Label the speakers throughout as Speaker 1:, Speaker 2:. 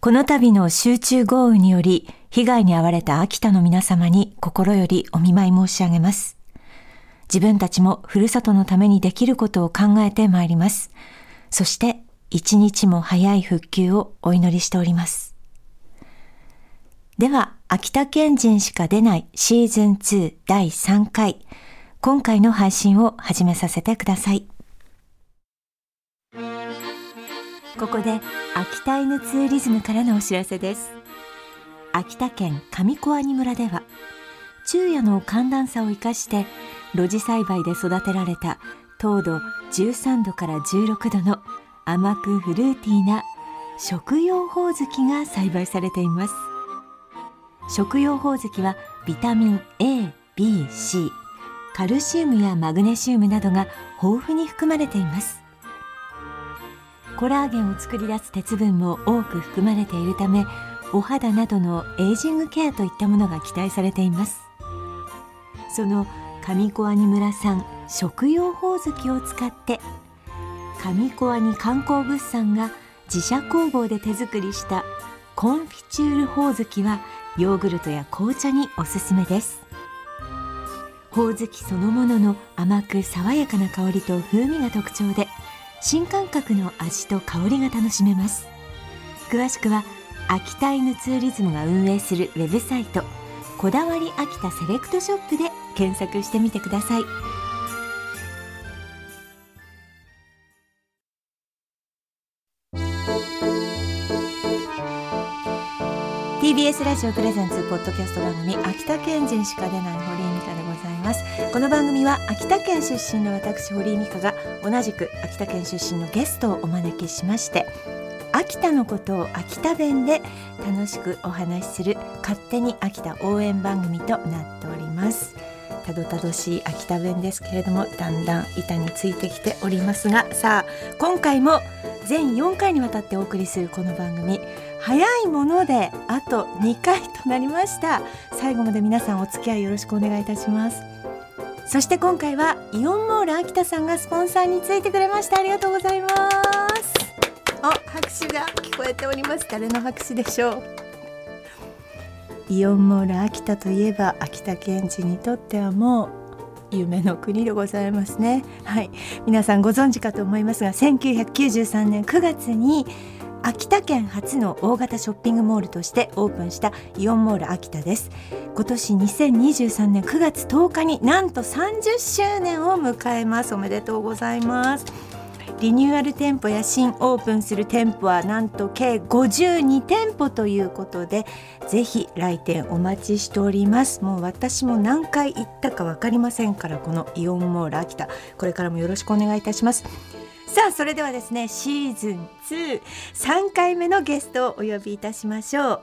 Speaker 1: この度の集中豪雨により被害に遭われた秋田の皆様に心よりお見舞い申し上げます。自分たちもふるさとのためにできることを考えてまいります。そして一日も早い復旧をお祈りしております。では、秋田県人しか出ないシーズン2第3回、今回の配信を始めさせてください。ここで秋田犬ツーリズムからのお知らせです秋田県上小阿仁村では昼夜の寒暖差を生かして露地栽培で育てられた糖度13度から16度の甘くフルーティーな食用ホオズキが栽培されています食用ホオズキはビタミン A、B、C カルシウムやマグネシウムなどが豊富に含まれていますコラーゲンを作り出す鉄分も多く含まれているためお肌などのエイジングケアといったものが期待されていますその上小阿仁村産食用ホオズキを使って上小阿仁観光物産が自社工房で手作りしたコンフィチュールホオズキはヨーグルトや紅茶におすすめですホオズキそのものの甘く爽やかな香りと風味が特徴で新感覚の味と香りが楽しめます詳しくは秋田犬ツーリズムが運営するウェブサイトこだわり秋田セレクトショップで検索してみてくださいラジオプレゼンツポッドキャスト番組秋田県人しか出ない堀井美香でございますこの番組は秋田県出身の私堀井美香が同じく秋田県出身のゲストをお招きしまして秋田のことを秋田弁で楽しくお話しする勝手に秋田応援番組となっておりますたどたどしい秋田弁ですけれどもだんだん板についてきておりますがさあ今回も全4回にわたってお送りするこの番組早いものであと2回となりました最後まで皆さんお付き合いよろしくお願いいたしますそして今回はイオンモール秋田さんがスポンサーについてくれましたありがとうございますあ、拍手が聞こえております誰の拍手でしょうイオンモール秋田といえば秋田県人にとってはもう夢の国でございますねはい皆さんご存知かと思いますが1993年9月に秋田県初の大型ショッピングモールとしてオープンしたイオンモール秋田です今年2023年9月10日になんと30周年を迎えますおめでとうございますリニューアル店舗や新オープンする店舗はなんと計52店舗ということでぜひ来店お待ちしておりますもう私も何回行ったか分かりませんからこのイオンモール秋田これからもよろしくお願いいたしますさあそれではですねシーズン23回目のゲストをお呼びいたしましょう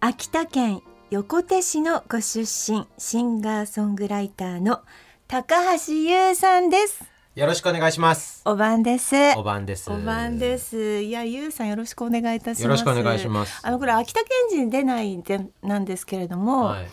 Speaker 1: 秋田県横手市のご出身シンガーソングライターの高橋優さんです
Speaker 2: よろしくお願いします
Speaker 1: お晩です
Speaker 2: お晩です
Speaker 1: お晩ですいや優さんよろしくお願いいたします
Speaker 2: よろしくお願いします
Speaker 1: あのこれ秋田県人出ないでなんですけれども、はい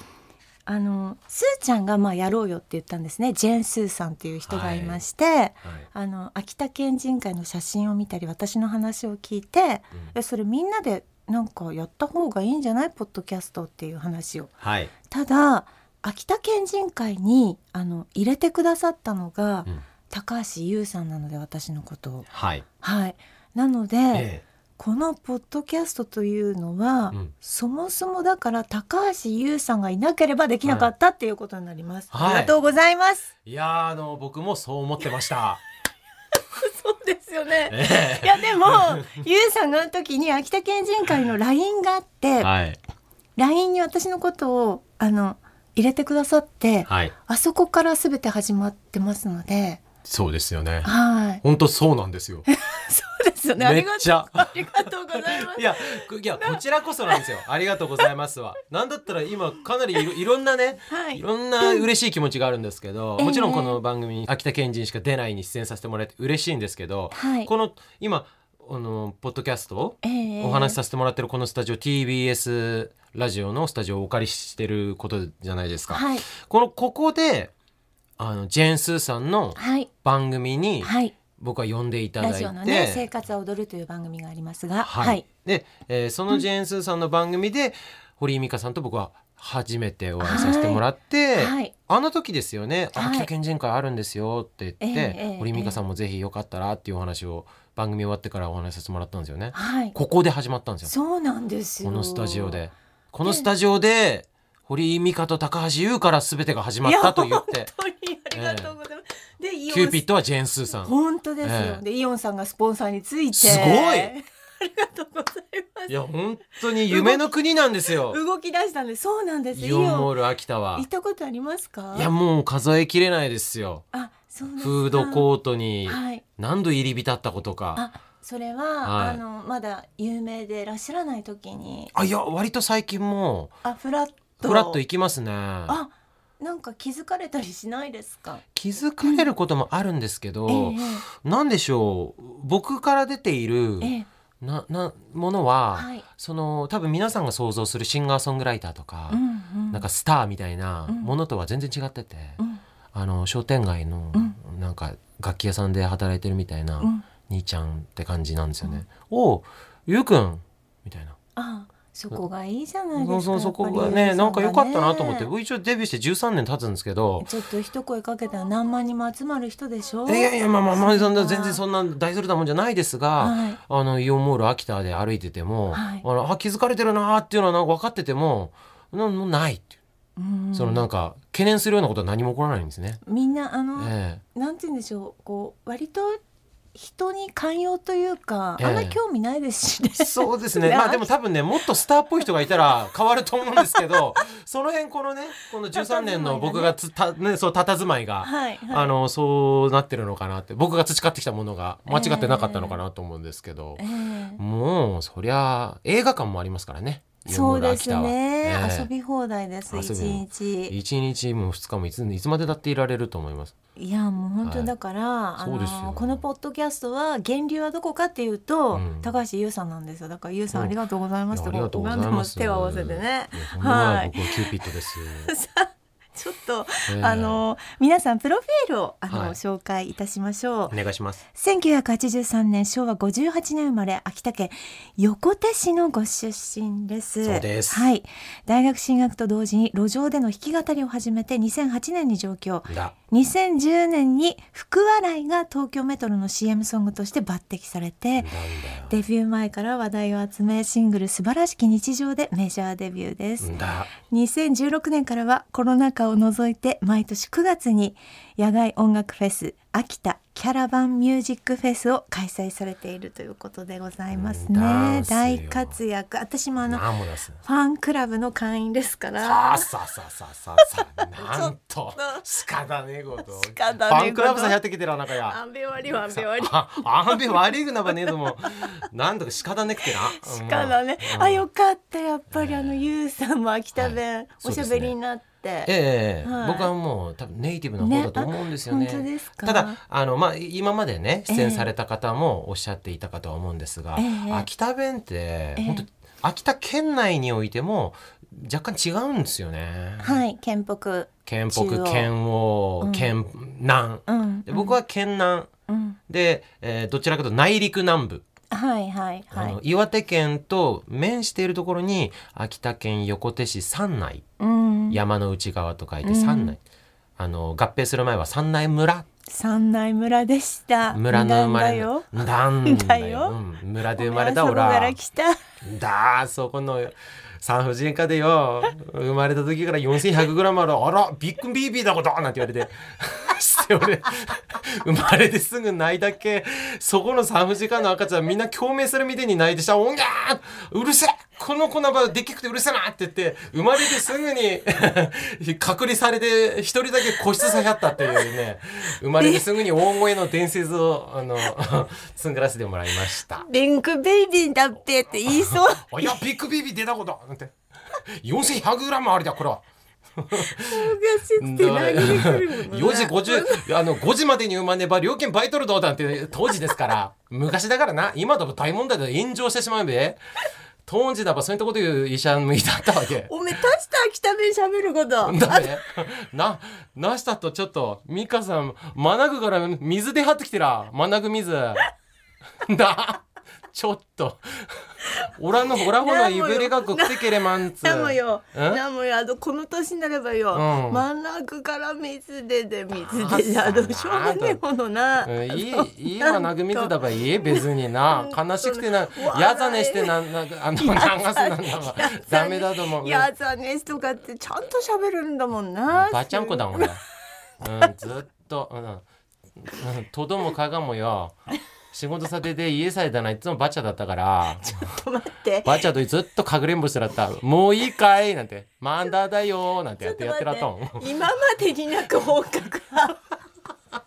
Speaker 1: あのスーちゃんがまあやろうよって言ったんですねジェン・スーさんっていう人がいまして、はいはい、あの秋田県人会の写真を見たり私の話を聞いて、うん、それみんなでなんかやった方がいいんじゃないポッドキャストっていう話を。
Speaker 2: はい、
Speaker 1: ただ秋田県人会にあの入れてくださったのが、うん、高橋優さんなので私のことを。
Speaker 2: はい、
Speaker 1: はい、なので、ええこのポッドキャストというのは、うん、そもそもだから高橋優さんがいなければできなかったっていうことになります、はい、ありがとうございます、
Speaker 2: いや、やあの僕もそう思ってました
Speaker 1: そうですよね、 えー、 いやでも優さんの時に秋田県人会の LINE があって、はい、LINE に私のことをあの入れてくださって、はい、あそこから全て始まってますので
Speaker 2: そうですよね
Speaker 1: はい
Speaker 2: 本当そうなんですよ
Speaker 1: そうですよね。ありがとうござい ます。
Speaker 2: いや、いや、こちらこそなんですよ。ありがとうございますは。なんだったら、今かなりいろんなね、はい、いろんな嬉しい気持ちがあるんですけど。もちろん、この番組、秋田県人しか出ないに出演させてもらえて、嬉しいんですけど。はい、この、今、あの、ポッドキャストを、お話しさせてもらってるこのスタジオ、T. B. S. ラジオのスタジオをお借りしてることじゃないですか。はい、この、ここで、あの、ジェーンスーさんの番組に、はい。僕は呼んでいただい
Speaker 1: ラ
Speaker 2: て
Speaker 1: ジオのね「生活は踊る」という番組がありますが
Speaker 2: はい
Speaker 1: はい、
Speaker 2: で、えーそのジェーン・スーさんの番組で、堀井美香さんと僕は初めてお会いさせてもらって、
Speaker 1: はい
Speaker 2: あの時ですよね「
Speaker 1: はい
Speaker 2: 秋田県人会あるんですよ」って言って、
Speaker 1: ええええ
Speaker 2: 堀井美香さんもぜひよかったらっていうお話を番組終わってからお話しさせてもらったんですよね。
Speaker 1: はい、
Speaker 2: ここで始まったんですよ
Speaker 1: そうなんですよ
Speaker 2: このスタジオで。このスタジオで堀井美香と高橋優から全てが始ま
Speaker 1: い
Speaker 2: っ
Speaker 1: や
Speaker 2: たと言って
Speaker 1: 本当にありがとうございます、でイオン
Speaker 2: キューピッドはジェーン・スーさん。
Speaker 1: 本当ですよ、
Speaker 2: ええ
Speaker 1: でイオンさんがスポンサーについて
Speaker 2: すごい
Speaker 1: ありがとうございます
Speaker 2: いや本当に夢の国なんですよ
Speaker 1: 動き出したんでそうなんです
Speaker 2: イオンモー
Speaker 1: ル
Speaker 2: ル秋田は
Speaker 1: 行っ。たことありますか
Speaker 2: いやもう数えきれないですよ。
Speaker 1: あそうですか
Speaker 2: フードコートに
Speaker 1: はい
Speaker 2: 何度入り浸ったことか。
Speaker 1: あそれは、
Speaker 2: はい
Speaker 1: あのまだ有名でいらっしゃらない時に
Speaker 2: あいや割と最近も
Speaker 1: あフラッ
Speaker 2: う
Speaker 1: ト
Speaker 2: フラッと行きますね。
Speaker 1: あなんか気づかれたりしないですか
Speaker 2: 気づかれることもあるんですけ
Speaker 1: え
Speaker 2: ど、なんでしょう僕から出ている
Speaker 1: えええ
Speaker 2: ななものは、
Speaker 1: はい
Speaker 2: その多分皆さんが想像するシンガーソングライターとか、
Speaker 1: うんうん
Speaker 2: なんかスターみたいな
Speaker 1: うん
Speaker 2: ものとは全然違ってて、
Speaker 1: うん
Speaker 2: あの商店街の
Speaker 1: うん
Speaker 2: なんか楽器屋さんで働いてるみたいな。
Speaker 1: うん
Speaker 2: 兄ちゃんって感じなんですよね。おうゆうくんみたいな。
Speaker 1: あそこがいいじゃないですか
Speaker 2: そうそうそこ
Speaker 1: や
Speaker 2: が
Speaker 1: っぱり
Speaker 2: ねなんか良かったなと思っ
Speaker 1: ね
Speaker 2: て僕一応デビューして13年経つんですけど
Speaker 1: ちょっと一声かけたら何万人も集まる人でしょ
Speaker 2: いやいやまあまあまあそんな
Speaker 1: そうか
Speaker 2: 全然そんな大それたもんじゃないですが、
Speaker 1: はい
Speaker 2: あのイオンモール秋田で歩いてても、
Speaker 1: はい
Speaker 2: あのあ気づかれてるなーっていうのはなんか分かっててもなもうないっていう
Speaker 1: うん
Speaker 2: そのなんか懸念するようなことは何も起こらないんですね。
Speaker 1: みんなあの、
Speaker 2: え
Speaker 1: なんて言うんでしょうこう割と人に寛容というか、
Speaker 2: ええ
Speaker 1: あんまり興味ないですしね
Speaker 2: え、そうですねまあでも多分ねもっとスターっぽい人がいたら変わると思うんですけ どその辺このねこの13年の僕がつた、ね、そう佇まい が、
Speaker 1: はい、はい、
Speaker 2: あのそうなってるのかなって僕が培ってきたものが間違ってなかったのかなと思うんですけど、
Speaker 1: ええ
Speaker 2: もうそりゃ映画館もありますからね
Speaker 1: そうです
Speaker 2: イオンモール
Speaker 1: ね、
Speaker 2: 秋田は
Speaker 1: 遊び放題です
Speaker 2: 遊び
Speaker 1: 一日
Speaker 2: 1日も2日もいついつまでだっていられると思います
Speaker 1: いやもう本当にだから、あ
Speaker 2: そうですよ
Speaker 1: のこのポッドキャストは源流はどこかっていうと、
Speaker 2: うん
Speaker 1: 高橋優さんなんですよだから優さんありがとうございます
Speaker 2: いやありがとうござい
Speaker 1: 何でも
Speaker 2: ます
Speaker 1: 手を合わせてね
Speaker 2: いやそんな
Speaker 1: は
Speaker 2: 僕
Speaker 1: い
Speaker 2: はキューピッドですよ
Speaker 1: ちょっと
Speaker 2: ええ
Speaker 1: あの皆さんプロフィールをあの、
Speaker 2: はい
Speaker 1: 紹介いたしましょう
Speaker 2: お。願いします
Speaker 1: 1983年昭和58年生まれ秋田県横手市のご出身です。
Speaker 2: そうです
Speaker 1: はい、大学進学と同時に路上での弾き語りを始めて2008年に上京。
Speaker 2: だ
Speaker 1: 2010年に福笑いが東京メトロの CM ソングとして抜擢され
Speaker 2: な
Speaker 1: て
Speaker 2: んだよ
Speaker 1: デビュー前から話題を集めシングル「素晴らしき日常」でメジャーデビューです。
Speaker 2: んだ
Speaker 1: 2016年からはコロナ禍を除いて毎年9月に野外音楽フェス秋田キャラバンミュージックフェスを開催されているということでございます
Speaker 2: ダ
Speaker 1: ね
Speaker 2: ンスよ
Speaker 1: 大活躍私もあのフ
Speaker 2: なもです
Speaker 1: ァンクラブの会員ですから
Speaker 2: さあさあさあさあさあさあなんと鹿だねこと
Speaker 1: 鹿だねこと
Speaker 2: ファンクラブさんやってきてるわなんかや
Speaker 1: アンベ割りはアンベ割り
Speaker 2: あ、あんべ悪いぐなばねえども、なんとか仕方ねくてな。
Speaker 1: しかだね
Speaker 2: うん
Speaker 1: あよかったやっぱりあの
Speaker 2: ええ
Speaker 1: ゆうさんも秋田弁
Speaker 2: そ
Speaker 1: お
Speaker 2: う
Speaker 1: し
Speaker 2: で
Speaker 1: ゃ
Speaker 2: すね
Speaker 1: べりになって
Speaker 2: ええ
Speaker 1: はい
Speaker 2: 僕はもう多分ネイティブな方だと思うんですよね。
Speaker 1: ねあ本当ですか
Speaker 2: ただあのまあ今までね出演された方もおっしゃっていたかとは思うんですが、
Speaker 1: ええ
Speaker 2: 秋田弁って
Speaker 1: え
Speaker 2: 本当、秋田県内においても若干違うんですよね。
Speaker 1: はい県北
Speaker 2: 県
Speaker 1: 中
Speaker 2: 北、
Speaker 1: 央
Speaker 2: 県
Speaker 1: う
Speaker 2: 央
Speaker 1: ん、
Speaker 2: 県南。
Speaker 1: うん
Speaker 2: で僕は県南
Speaker 1: うん
Speaker 2: で、えーどちらかというと内陸南部。
Speaker 1: はいはいは
Speaker 2: あ
Speaker 1: い
Speaker 2: の岩手県と面しているところに秋田県横手市山内、
Speaker 1: うん
Speaker 2: 山の内側と書いうて
Speaker 1: ん
Speaker 2: 山内、あの合併する前は山内村
Speaker 1: 三内村でした。
Speaker 2: 村の生まれ
Speaker 1: なんだよ。
Speaker 2: なんだ
Speaker 1: だよ
Speaker 2: よ、うん村で生まれた
Speaker 1: お
Speaker 2: オ
Speaker 1: 前はそこから
Speaker 2: ラ
Speaker 1: 来た。
Speaker 2: だーそこの産婦人科でよ生まれた時から 4100g あるあらビッグビービーだことなんて言われてして俺生まれてすぐ泣いたっけそこの産婦人科の赤ちゃんみんな共鳴するみたいに泣いてしたおんぎゃーうるせえこの子の場でっけくてうるせえなって言って生まれてすぐに隔離されて一人だけ個室下がったっていうね生まれてすぐに大声の伝説をあの つんぐらせてもらいました。
Speaker 1: リンクベイビーだってって言いそう。
Speaker 2: あいやビッグビビ出たことなんて4100グラムあれだこれは
Speaker 1: 昔 って何で来るもの
Speaker 2: 4時50あの5時までに生まねば料金倍取る どうだなんて当時ですから昔だからな今だと大問題で炎上してしまうんで当時だばそういったこと言う医者向いだったわけ
Speaker 1: おめえ立ちた秋田弁喋ること
Speaker 2: だねななしたとちょっと美香さんマナグから水出張ってきてらマナグ水だちょっとおらのほらほらゆべれがくってけれまんつ
Speaker 1: なもよ
Speaker 2: ん
Speaker 1: なもよあのこの年になればよ、
Speaker 2: うん
Speaker 1: 真ん中から水出で水
Speaker 2: あ
Speaker 1: 出であ
Speaker 2: そう
Speaker 1: のしょうがねえものな、
Speaker 2: うんいい、いいわ、なぐみずだばいい、別にな、
Speaker 1: 本当
Speaker 2: 悲しくてな
Speaker 1: う、わ
Speaker 2: やざねしてな、な、あの、流すなんだわ。 ダメだと思う。
Speaker 1: いやザネスとかってちゃんと喋るんだもんな
Speaker 2: ばっちゃんこだもんね。うん、ずっと、うんうん、とどもかがもよ。仕事さてで家さえだない、いつもばっちゃだったから。
Speaker 1: ちょっと待って
Speaker 2: ばっちゃとずっとかくれんぼしてらった。もういいかいなんて、マンダーだよなん
Speaker 1: ち
Speaker 2: て
Speaker 1: ょ
Speaker 2: やっ
Speaker 1: っと
Speaker 2: てやっ
Speaker 1: 待
Speaker 2: てらっとん。
Speaker 1: って今までになく本格 派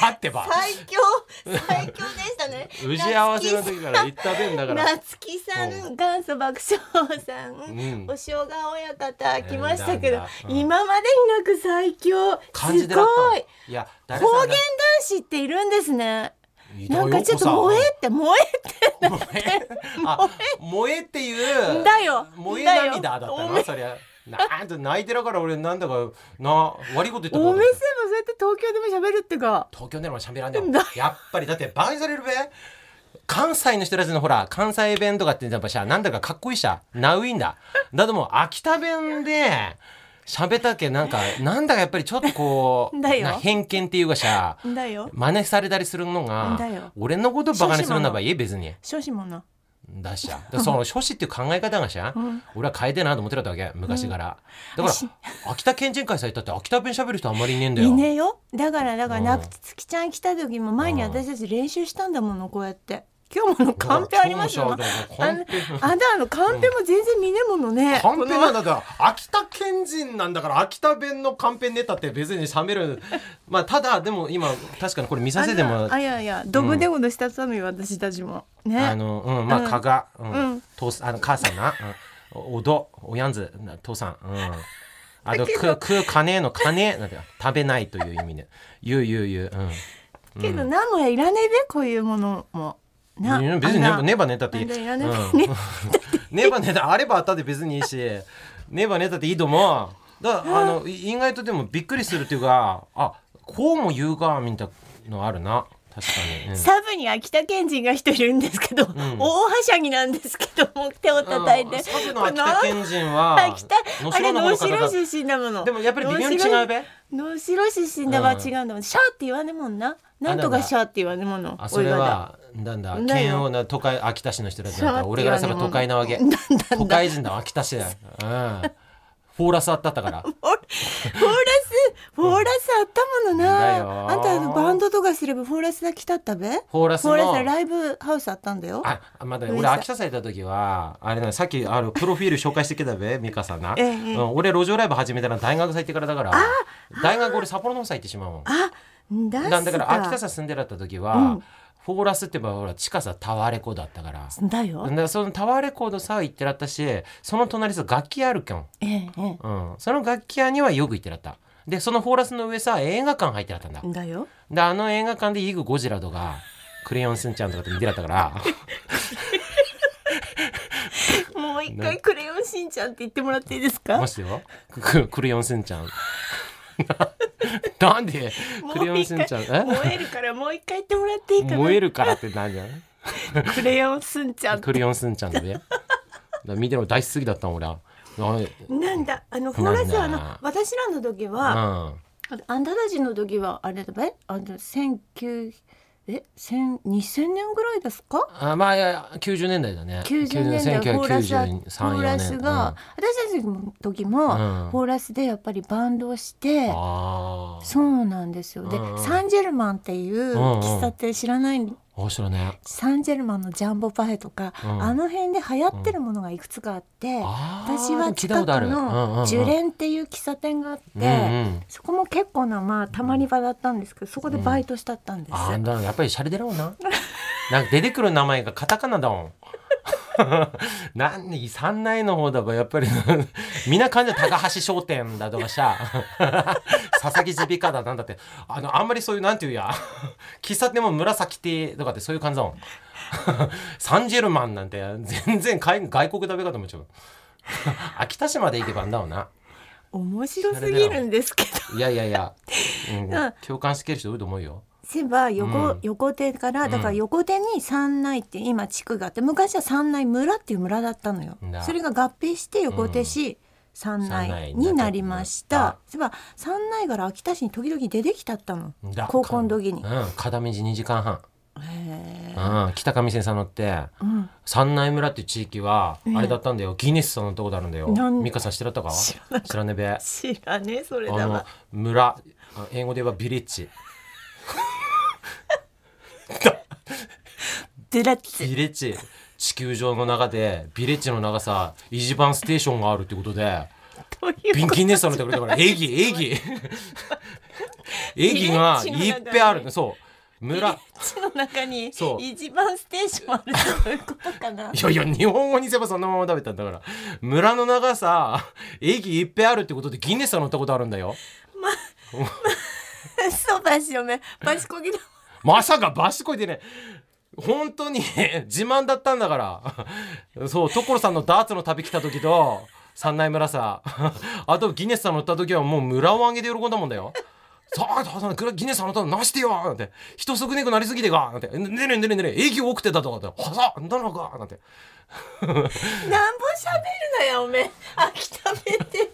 Speaker 2: だってば。
Speaker 1: 最強最強でした ね
Speaker 2: 打ち合わせの時から言ったべんだから。
Speaker 1: 夏木さん
Speaker 2: う
Speaker 1: 元祖爆笑さん、
Speaker 2: ん
Speaker 1: お正月親方来ましたけ
Speaker 2: うん
Speaker 1: ど
Speaker 2: だ、んだうん
Speaker 1: 今までになく最強
Speaker 2: 感じ
Speaker 1: す
Speaker 2: でだっ
Speaker 1: ごい
Speaker 2: た。いや、誰さん
Speaker 1: 方
Speaker 2: だ
Speaker 1: 言男子っているんですね
Speaker 2: いた
Speaker 1: な
Speaker 2: よ
Speaker 1: んかちょっと萌えって萌えって
Speaker 2: 萌えあ萌えっていうん
Speaker 1: だよ
Speaker 2: 萌え涙だっ
Speaker 1: だ
Speaker 2: た
Speaker 1: よお
Speaker 2: な
Speaker 1: め
Speaker 2: そりゃなんと泣いてるから俺なんだかな悪いこと言った
Speaker 1: お
Speaker 2: の
Speaker 1: 店も
Speaker 2: かと思った
Speaker 1: そうやって東京でも喋るってか
Speaker 2: 東京でも喋らんね
Speaker 1: だよ
Speaker 2: やっぱりだってバカにされるべ関西の人たちのほら関西弁とかってやっぱしゃなんだかかっこいいしゃナウインだだともう秋田弁で喋ったっけなんかなんだかやっぱりちょっとこう
Speaker 1: だよ
Speaker 2: な偏見っていうかしゃ
Speaker 1: んだよ
Speaker 2: 真似されたりするのが
Speaker 1: だよ
Speaker 2: 俺のことバカにするならばいい別に
Speaker 1: 小子者
Speaker 2: だしゃだからその諸子っていう考え方がしゃ、俺は変えてえなと思ってたわけ昔から、だから秋田県人会さ行ったって秋田弁喋る人あんまりいねえんだよ
Speaker 1: いねえよだからだから
Speaker 2: うん
Speaker 1: なくつきちゃん来た時も前に
Speaker 2: うん
Speaker 1: 私たち練習したんだものこうやって今日ものカンペありますよ
Speaker 2: そうそうそうカンペ
Speaker 1: あんたあのカンペも全然見ねえものね
Speaker 2: カンペなんだから秋田県人なんだから秋田弁のカンペネタって別に喋るまあただでも今確かにこれ見させてもら
Speaker 1: あ
Speaker 2: っ
Speaker 1: んなあいやいやドブデゴのしたつみ私たちもね
Speaker 2: あの、うん、まあ、かが、うん、
Speaker 1: うん
Speaker 2: 父さん、あの、母さんな、うん、おおど、おやんず、な父さん、うん。あと、く、く、かねえの、かねえ、なんていうの食べないという意味で。ゆうゆうゆう、うん。
Speaker 1: けど何もいらねえべこういうものもな
Speaker 2: うん別にね
Speaker 1: あんな
Speaker 2: ばねばねたっていい。
Speaker 1: あんたいら ねば
Speaker 2: うんねばねたあればあったで別にい いし、ねばねたっていいとも。だあのい意外とでもびっくりするっていうか、あこうも言うかみたいなのあるな。確かに。うん
Speaker 1: サブに秋田県人が一人いるんですけど、大はしゃぎなんですけどもう手を叩いて、
Speaker 2: うんサブの
Speaker 1: こ
Speaker 2: 秋田県人は
Speaker 1: 秋田あれ
Speaker 2: 方
Speaker 1: 能
Speaker 2: の方だ
Speaker 1: 代出身だもの
Speaker 2: でもやっぱり微妙に違うべ
Speaker 1: 能代出身だは違うんだもん、シャーって言わねえもんななんとかシャーって言わねえもの
Speaker 2: あそれはなんだ
Speaker 1: なんだよ
Speaker 2: 県央な都会秋田市の人たち
Speaker 1: シャ
Speaker 2: だ
Speaker 1: ー
Speaker 2: っ
Speaker 1: ってて
Speaker 2: 俺からすれば都会なわけ
Speaker 1: なんだなんだ
Speaker 2: 都会人だ秋田市だよ、うん、フォーラスあったったから
Speaker 1: おフォーラスフォーラスあったもの
Speaker 2: だよ
Speaker 1: なあんたあのバンドとかすればフォーラスだ来たったべ
Speaker 2: フォーラス
Speaker 1: フォーラス
Speaker 2: の
Speaker 1: ライブハウスあったんだよ
Speaker 2: あまだ
Speaker 1: ごめんな
Speaker 2: 俺
Speaker 1: さい
Speaker 2: 秋田市行った時はあれなさっきあのプロフィール紹介してきたべ 美香さんな、
Speaker 1: ええええ
Speaker 2: うん、俺路上ライブ始めたのは大学さ行ってからだから大学俺札幌の方さ行ってしまうもん
Speaker 1: あだ
Speaker 2: なんだから秋田さ住んでらった時は、
Speaker 1: うん
Speaker 2: フォーラスってばほら近さタワーレコードだったから
Speaker 1: だ
Speaker 2: だ
Speaker 1: よ
Speaker 2: からそのタワーレコードさ行ってらったしその隣さ楽器屋あるけん
Speaker 1: えええ
Speaker 2: うん、その楽器屋にはよく行ってらったでそのフォーラスの上さ映画館入ってらったんだ
Speaker 1: えだよ
Speaker 2: であの映画館でイグ・ゴジラとかクレヨンすんちゃんとかって見てらったから
Speaker 1: もう一回クレヨンしんちゃんって言ってもらっていいですか
Speaker 2: ましてよクククレヨンすんちゃん なんでクレヨンすんちゃんえ
Speaker 1: 燃えるからもう一回言ってもらっていいかな
Speaker 2: 燃えるからってなんじゃん
Speaker 1: クレヨンすんちゃん
Speaker 2: クレヨンすんちゃんだべだから見てるの大好きだったもん俺はう
Speaker 1: なんだあのフォーラスはあ
Speaker 2: な
Speaker 1: の
Speaker 2: んだ
Speaker 1: 私らの時は、
Speaker 2: ん
Speaker 1: あんたたちの時はあれだべあの19え千2000年ぐらいですか
Speaker 2: あまあいや90年代だね
Speaker 1: 90年代フォーラスはフ
Speaker 2: 1993
Speaker 1: ォーラスが、私たちの時も、
Speaker 2: うん
Speaker 1: フォーラスでやっぱりバンドをして、
Speaker 2: うん、あ
Speaker 1: そうなんですよで、
Speaker 2: うんうん
Speaker 1: サンジェルマンっていう喫茶店知らない、
Speaker 2: あ面白いね
Speaker 1: サンジェルマンのジャンボパフェとか、
Speaker 2: うん
Speaker 1: あの辺で流行ってるものがいくつかあって、
Speaker 2: あー
Speaker 1: 私は近くのジュレンっていう喫茶店があって、
Speaker 2: うんうん
Speaker 1: そこも結構なまあたまり場だったんですけどそこでバイトしたったんです、
Speaker 2: あーだやっぱりシャレ出ろうな なんか出てくる名前がカタカナだもん なんで三 内の方だばやっぱりみんな感じは高橋商店だとかさ三 佐々木耳鼻科だなんだってあのあんまりそういうなんていうや 喫茶店も紫亭とかってそういう感じだもん サンジェルマンなんて全然外外国食べ方も違う 秋田市まで行けばあんだろうな
Speaker 1: 面白すぎるんですけど
Speaker 2: いやいやいや、うん
Speaker 1: うん
Speaker 2: 共感してる人多いと思うよ
Speaker 1: せば横,、
Speaker 2: うん
Speaker 1: 横手からだから
Speaker 2: うん
Speaker 1: 横手に三内って今地区があって昔は三内村っていう村だったのよ
Speaker 2: な
Speaker 1: それが合併して横手市、三
Speaker 2: 三
Speaker 1: 内
Speaker 2: 内になっちゃった
Speaker 1: になりました。そういえば三内から秋田市に時々出てきたったの。
Speaker 2: だ
Speaker 1: 高校の時に
Speaker 2: う。ん片道2時間半
Speaker 1: へえ。
Speaker 2: うん、北上線さん乗って
Speaker 1: うん。
Speaker 2: 三内村っていう地域はあれだったんだよ、ギネスさんのとこであるんだよ
Speaker 1: なん
Speaker 2: 美香さん知ってるとか
Speaker 1: 知
Speaker 2: 知らねべあ
Speaker 1: 知らねえそれだ
Speaker 2: の
Speaker 1: わ。
Speaker 2: 村あ英語で言えばビレッジ
Speaker 1: デラッツ。
Speaker 2: ビレッジ地球上の中でビレッジの長さ一番ステーションがあるってことで
Speaker 1: という
Speaker 2: ビン
Speaker 1: こと
Speaker 2: ギネスさんのところだからエギエギエギがいっぺいあるそう村
Speaker 1: 地の中に
Speaker 2: そう
Speaker 1: 一番ステーションあるということかな。
Speaker 2: いやいや日本語にせばそのまま食べたんだから村の長さ駅いっぺいあるってことでギネスさん乗ったことあるんだよ
Speaker 1: そうバシオメバシコギだ。
Speaker 2: まさかバシコイでね本当に 自慢だったんだから そう所さんのダーツの旅来た時と三内村さ あとギネスさん乗った時はもう村を挙げて喜んだもんだよ。 さあ、さあ、これギネスさん乗ったのなしてよなんて。人少ねくなりすぎてかなんて。ねねねねねね、駅多くてだとかって。 はさ、なんだのかなんて。
Speaker 1: なんぼ喋るのよおめえ秋田弁って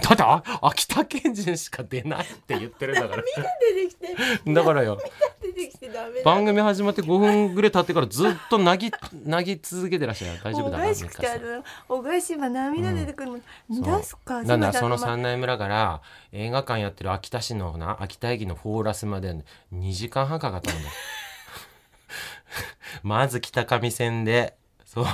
Speaker 2: ただ、秋田県人しか出ないって言ってるんだから。
Speaker 1: 出てきて
Speaker 2: だからよ。
Speaker 1: 出てきてダメだ
Speaker 2: 番組始まって5分ぐらい経ってからずっとなぎ、なぎ続けてらっしゃる。大丈
Speaker 1: もう
Speaker 2: 夫
Speaker 1: お
Speaker 2: だな。
Speaker 1: かしく
Speaker 2: 美
Speaker 1: て
Speaker 2: 香
Speaker 1: あ
Speaker 2: さん
Speaker 1: のおかしい今涙出てくるもん、
Speaker 2: そう
Speaker 1: 出すか
Speaker 2: なんだ
Speaker 1: 自
Speaker 2: そ
Speaker 1: 分
Speaker 2: の
Speaker 1: で
Speaker 2: 三内村から映画館やってる秋田市のな秋田駅のフォーラスまで2時間半かかったんだ まず北上線でそう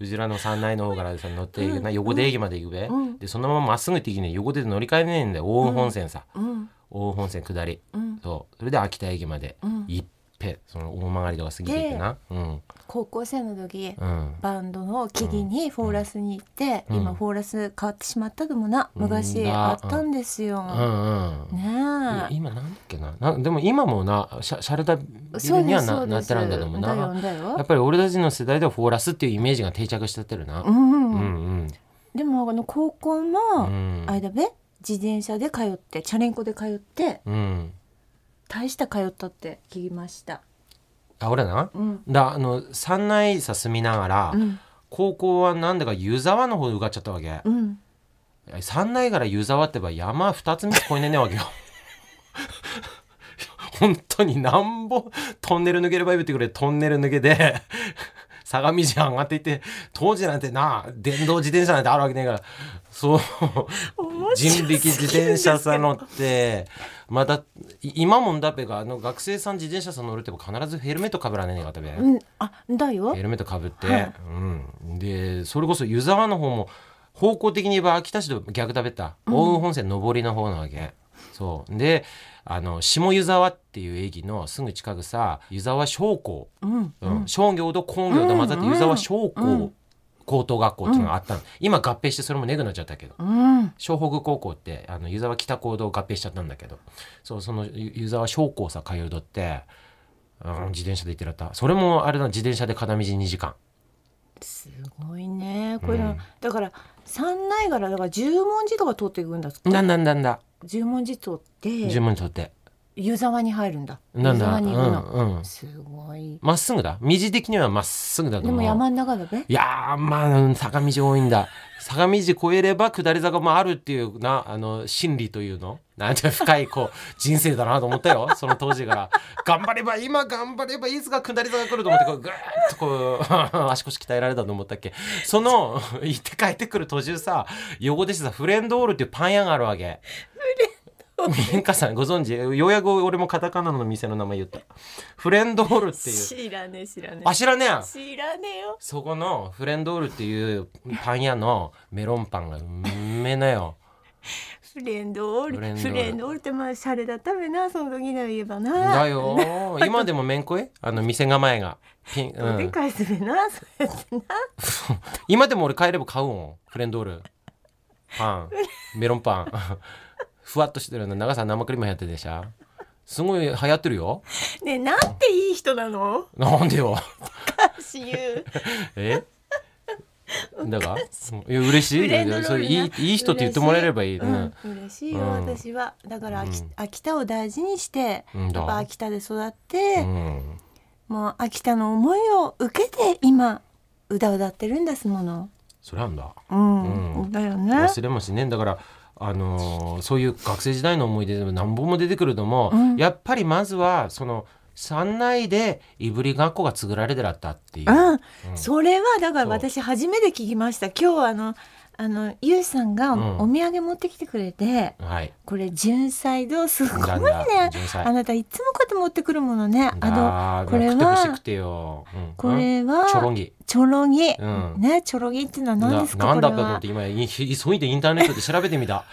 Speaker 2: うちらの三内の方からさ乗っていくな、横手駅まで行くべ、
Speaker 1: うん
Speaker 2: でそのまままっすぐ行ってきて横手で乗り換えねえんだよ大本線さ、
Speaker 1: うん
Speaker 2: 大本線下り
Speaker 1: うん
Speaker 2: そうそれで秋田駅まで、
Speaker 1: うん
Speaker 2: いっぺその大曲りとか過ぎていくなうん
Speaker 1: 高校生の時
Speaker 2: うん
Speaker 1: バンドの木々にフォーラスに行って、
Speaker 2: うん
Speaker 1: 今フォーラス変わってしまったともな
Speaker 2: うん
Speaker 1: 昔あったんですよ、
Speaker 2: うんうん
Speaker 1: ね
Speaker 2: い今なんだっけななでも今もなシャシャルダビ
Speaker 1: え
Speaker 2: ルには
Speaker 1: そ
Speaker 2: な
Speaker 1: う
Speaker 2: な
Speaker 1: で
Speaker 2: っ
Speaker 1: す
Speaker 2: てないんだと思うな
Speaker 1: だよだ
Speaker 2: や
Speaker 1: よ
Speaker 2: っぱり俺たちの世代ではフォーラスっていうイメージが定着しちゃってるな、
Speaker 1: うん
Speaker 2: うん、う
Speaker 1: うん
Speaker 2: ん
Speaker 1: でもあの高校も、
Speaker 2: うん
Speaker 1: 間べ自転車で通ってチャリンコで通って
Speaker 2: うん
Speaker 1: 大した通ったって聞きました。
Speaker 2: あ俺な
Speaker 1: うん。
Speaker 2: だあの三内さ住みながら、
Speaker 1: うん。
Speaker 2: 高校はなんだか湯沢の方で受かっちゃったわけ、
Speaker 1: うん。
Speaker 2: 三内から湯沢ってば山2つ3つ越えねえねわけよ本当になんぼトンネル抜ければいいってくれトンネル抜けて相模市上がっていって当時なんてな電動自転車なんてあるわけねえからそう人力自転車さ乗ってまたい今もんだっぺがあの学生さん自転車さ乗るってば必ずヘルメットかぶらねえねえかったべ、
Speaker 1: うん。あ、だよ
Speaker 2: ヘ。ルメットかぶって、
Speaker 1: はい
Speaker 2: うん、でそれこそ湯沢の方も方向的に言えば秋田市と逆だべった奥羽本線上りの方なわけ、そうであの下湯沢っていう駅のすぐ近くさ湯沢商工、
Speaker 1: うん。
Speaker 2: うん商業と工業と混ざって湯沢商工、
Speaker 1: うん
Speaker 2: 高等学校っていうのがあったの、今合併してそれもネグになっちゃったけど
Speaker 1: うん。
Speaker 2: 湘北高校ってあの湯沢北高堂合併しちゃったんだけどそうその湯湯沢商工さ通うどって、うん、自転車で行ってらったそれもあれだ自転車で片道2時間
Speaker 1: すごいね。これ、
Speaker 2: うん
Speaker 1: だから三内からだから十文字とか通っていくんだっけ。
Speaker 2: なんだんだんだ
Speaker 1: 十文字通って
Speaker 2: 十文字取って
Speaker 1: 湯沢に入るんだ。
Speaker 2: なん
Speaker 1: 湯
Speaker 2: だ
Speaker 1: 沢
Speaker 2: うん
Speaker 1: に行くの。
Speaker 2: うん
Speaker 1: すごい。
Speaker 2: まっすぐだ道的にはまっすぐだと
Speaker 1: で
Speaker 2: 思う
Speaker 1: も山の中だべ。
Speaker 2: いやーまあうん坂道多いんだ坂道越えれば下り坂もあるっていうなあの心理というのなんて深いこう人生だなと思ったよその当時から頑張れば今頑張ればいつか下り坂来ると思ってこうぐーっとこう 足腰鍛えられたと思ったっけその行って帰ってくる途中さ横でしてさフレンドオールっていうパン屋があるわけ民家さんご存知ようやく俺もカタカナの店の名前言ったフレンドオールっていう
Speaker 1: らねえ知らね
Speaker 2: あ知らねえやん
Speaker 1: 知らねえよ。
Speaker 2: そこのフレンドールっていうパン屋のメロンパンがうめえなよ。
Speaker 1: フレンドオール。
Speaker 2: フレンドオール
Speaker 1: フレンドオールってまあ洒落だったべなその時には言えばな。
Speaker 2: だよ ー。今でもめんこいあの店構えが。ピンう
Speaker 1: で
Speaker 2: ん、
Speaker 1: かいすべなそれってな。
Speaker 2: 今でも俺帰れば買うもん。フレンドール。パン。メロンパン。 ふわっとしてるの長さん生クリーム流行ってるでしょすごい流行ってるよ
Speaker 1: ねえなんていい人なの
Speaker 2: なんでよ
Speaker 1: 私言う
Speaker 2: えだからいや嬉しい
Speaker 1: フレンドロールな
Speaker 2: それいいいい人って言ってもらえればいい、
Speaker 1: うん、嬉しいよ、
Speaker 2: うん
Speaker 1: 私はだから秋,、
Speaker 2: うん
Speaker 1: 秋田を大事にして、
Speaker 2: うんだ
Speaker 1: やっぱ秋田で育っ
Speaker 2: う
Speaker 1: て、
Speaker 2: ん
Speaker 1: もう秋田の思いを受けて今歌を歌ってるんですもの
Speaker 2: それなんだ
Speaker 1: うん、
Speaker 2: うん
Speaker 1: だよね
Speaker 2: 忘れもしねだからあのーそういう学生時代の思い出でも何本も出てくるのも、
Speaker 1: うん
Speaker 2: やっぱりまずはその山内でいぶりがっこが作られてらったっていう、
Speaker 1: うん、
Speaker 2: うん
Speaker 1: それはだから
Speaker 2: そう
Speaker 1: 私初めて聞きました今日あのあのゆうさんが
Speaker 2: うん
Speaker 1: お土産持ってきてくれて、
Speaker 2: はい
Speaker 1: これ純菜堂すごい
Speaker 2: だん
Speaker 1: ね
Speaker 2: だん純菜
Speaker 1: あなたいつもこうやって持ってくるものねあの
Speaker 2: あー
Speaker 1: これは
Speaker 2: 食ってほしくてよ、うん
Speaker 1: これは
Speaker 2: ちょろんぎ
Speaker 1: チョロギ、
Speaker 2: うん
Speaker 1: ねチョロギっていうのは何ですか
Speaker 2: ななんだ
Speaker 1: こ
Speaker 2: か
Speaker 1: れ
Speaker 2: と思
Speaker 1: は
Speaker 2: って今い急いでインターネットで調べてみた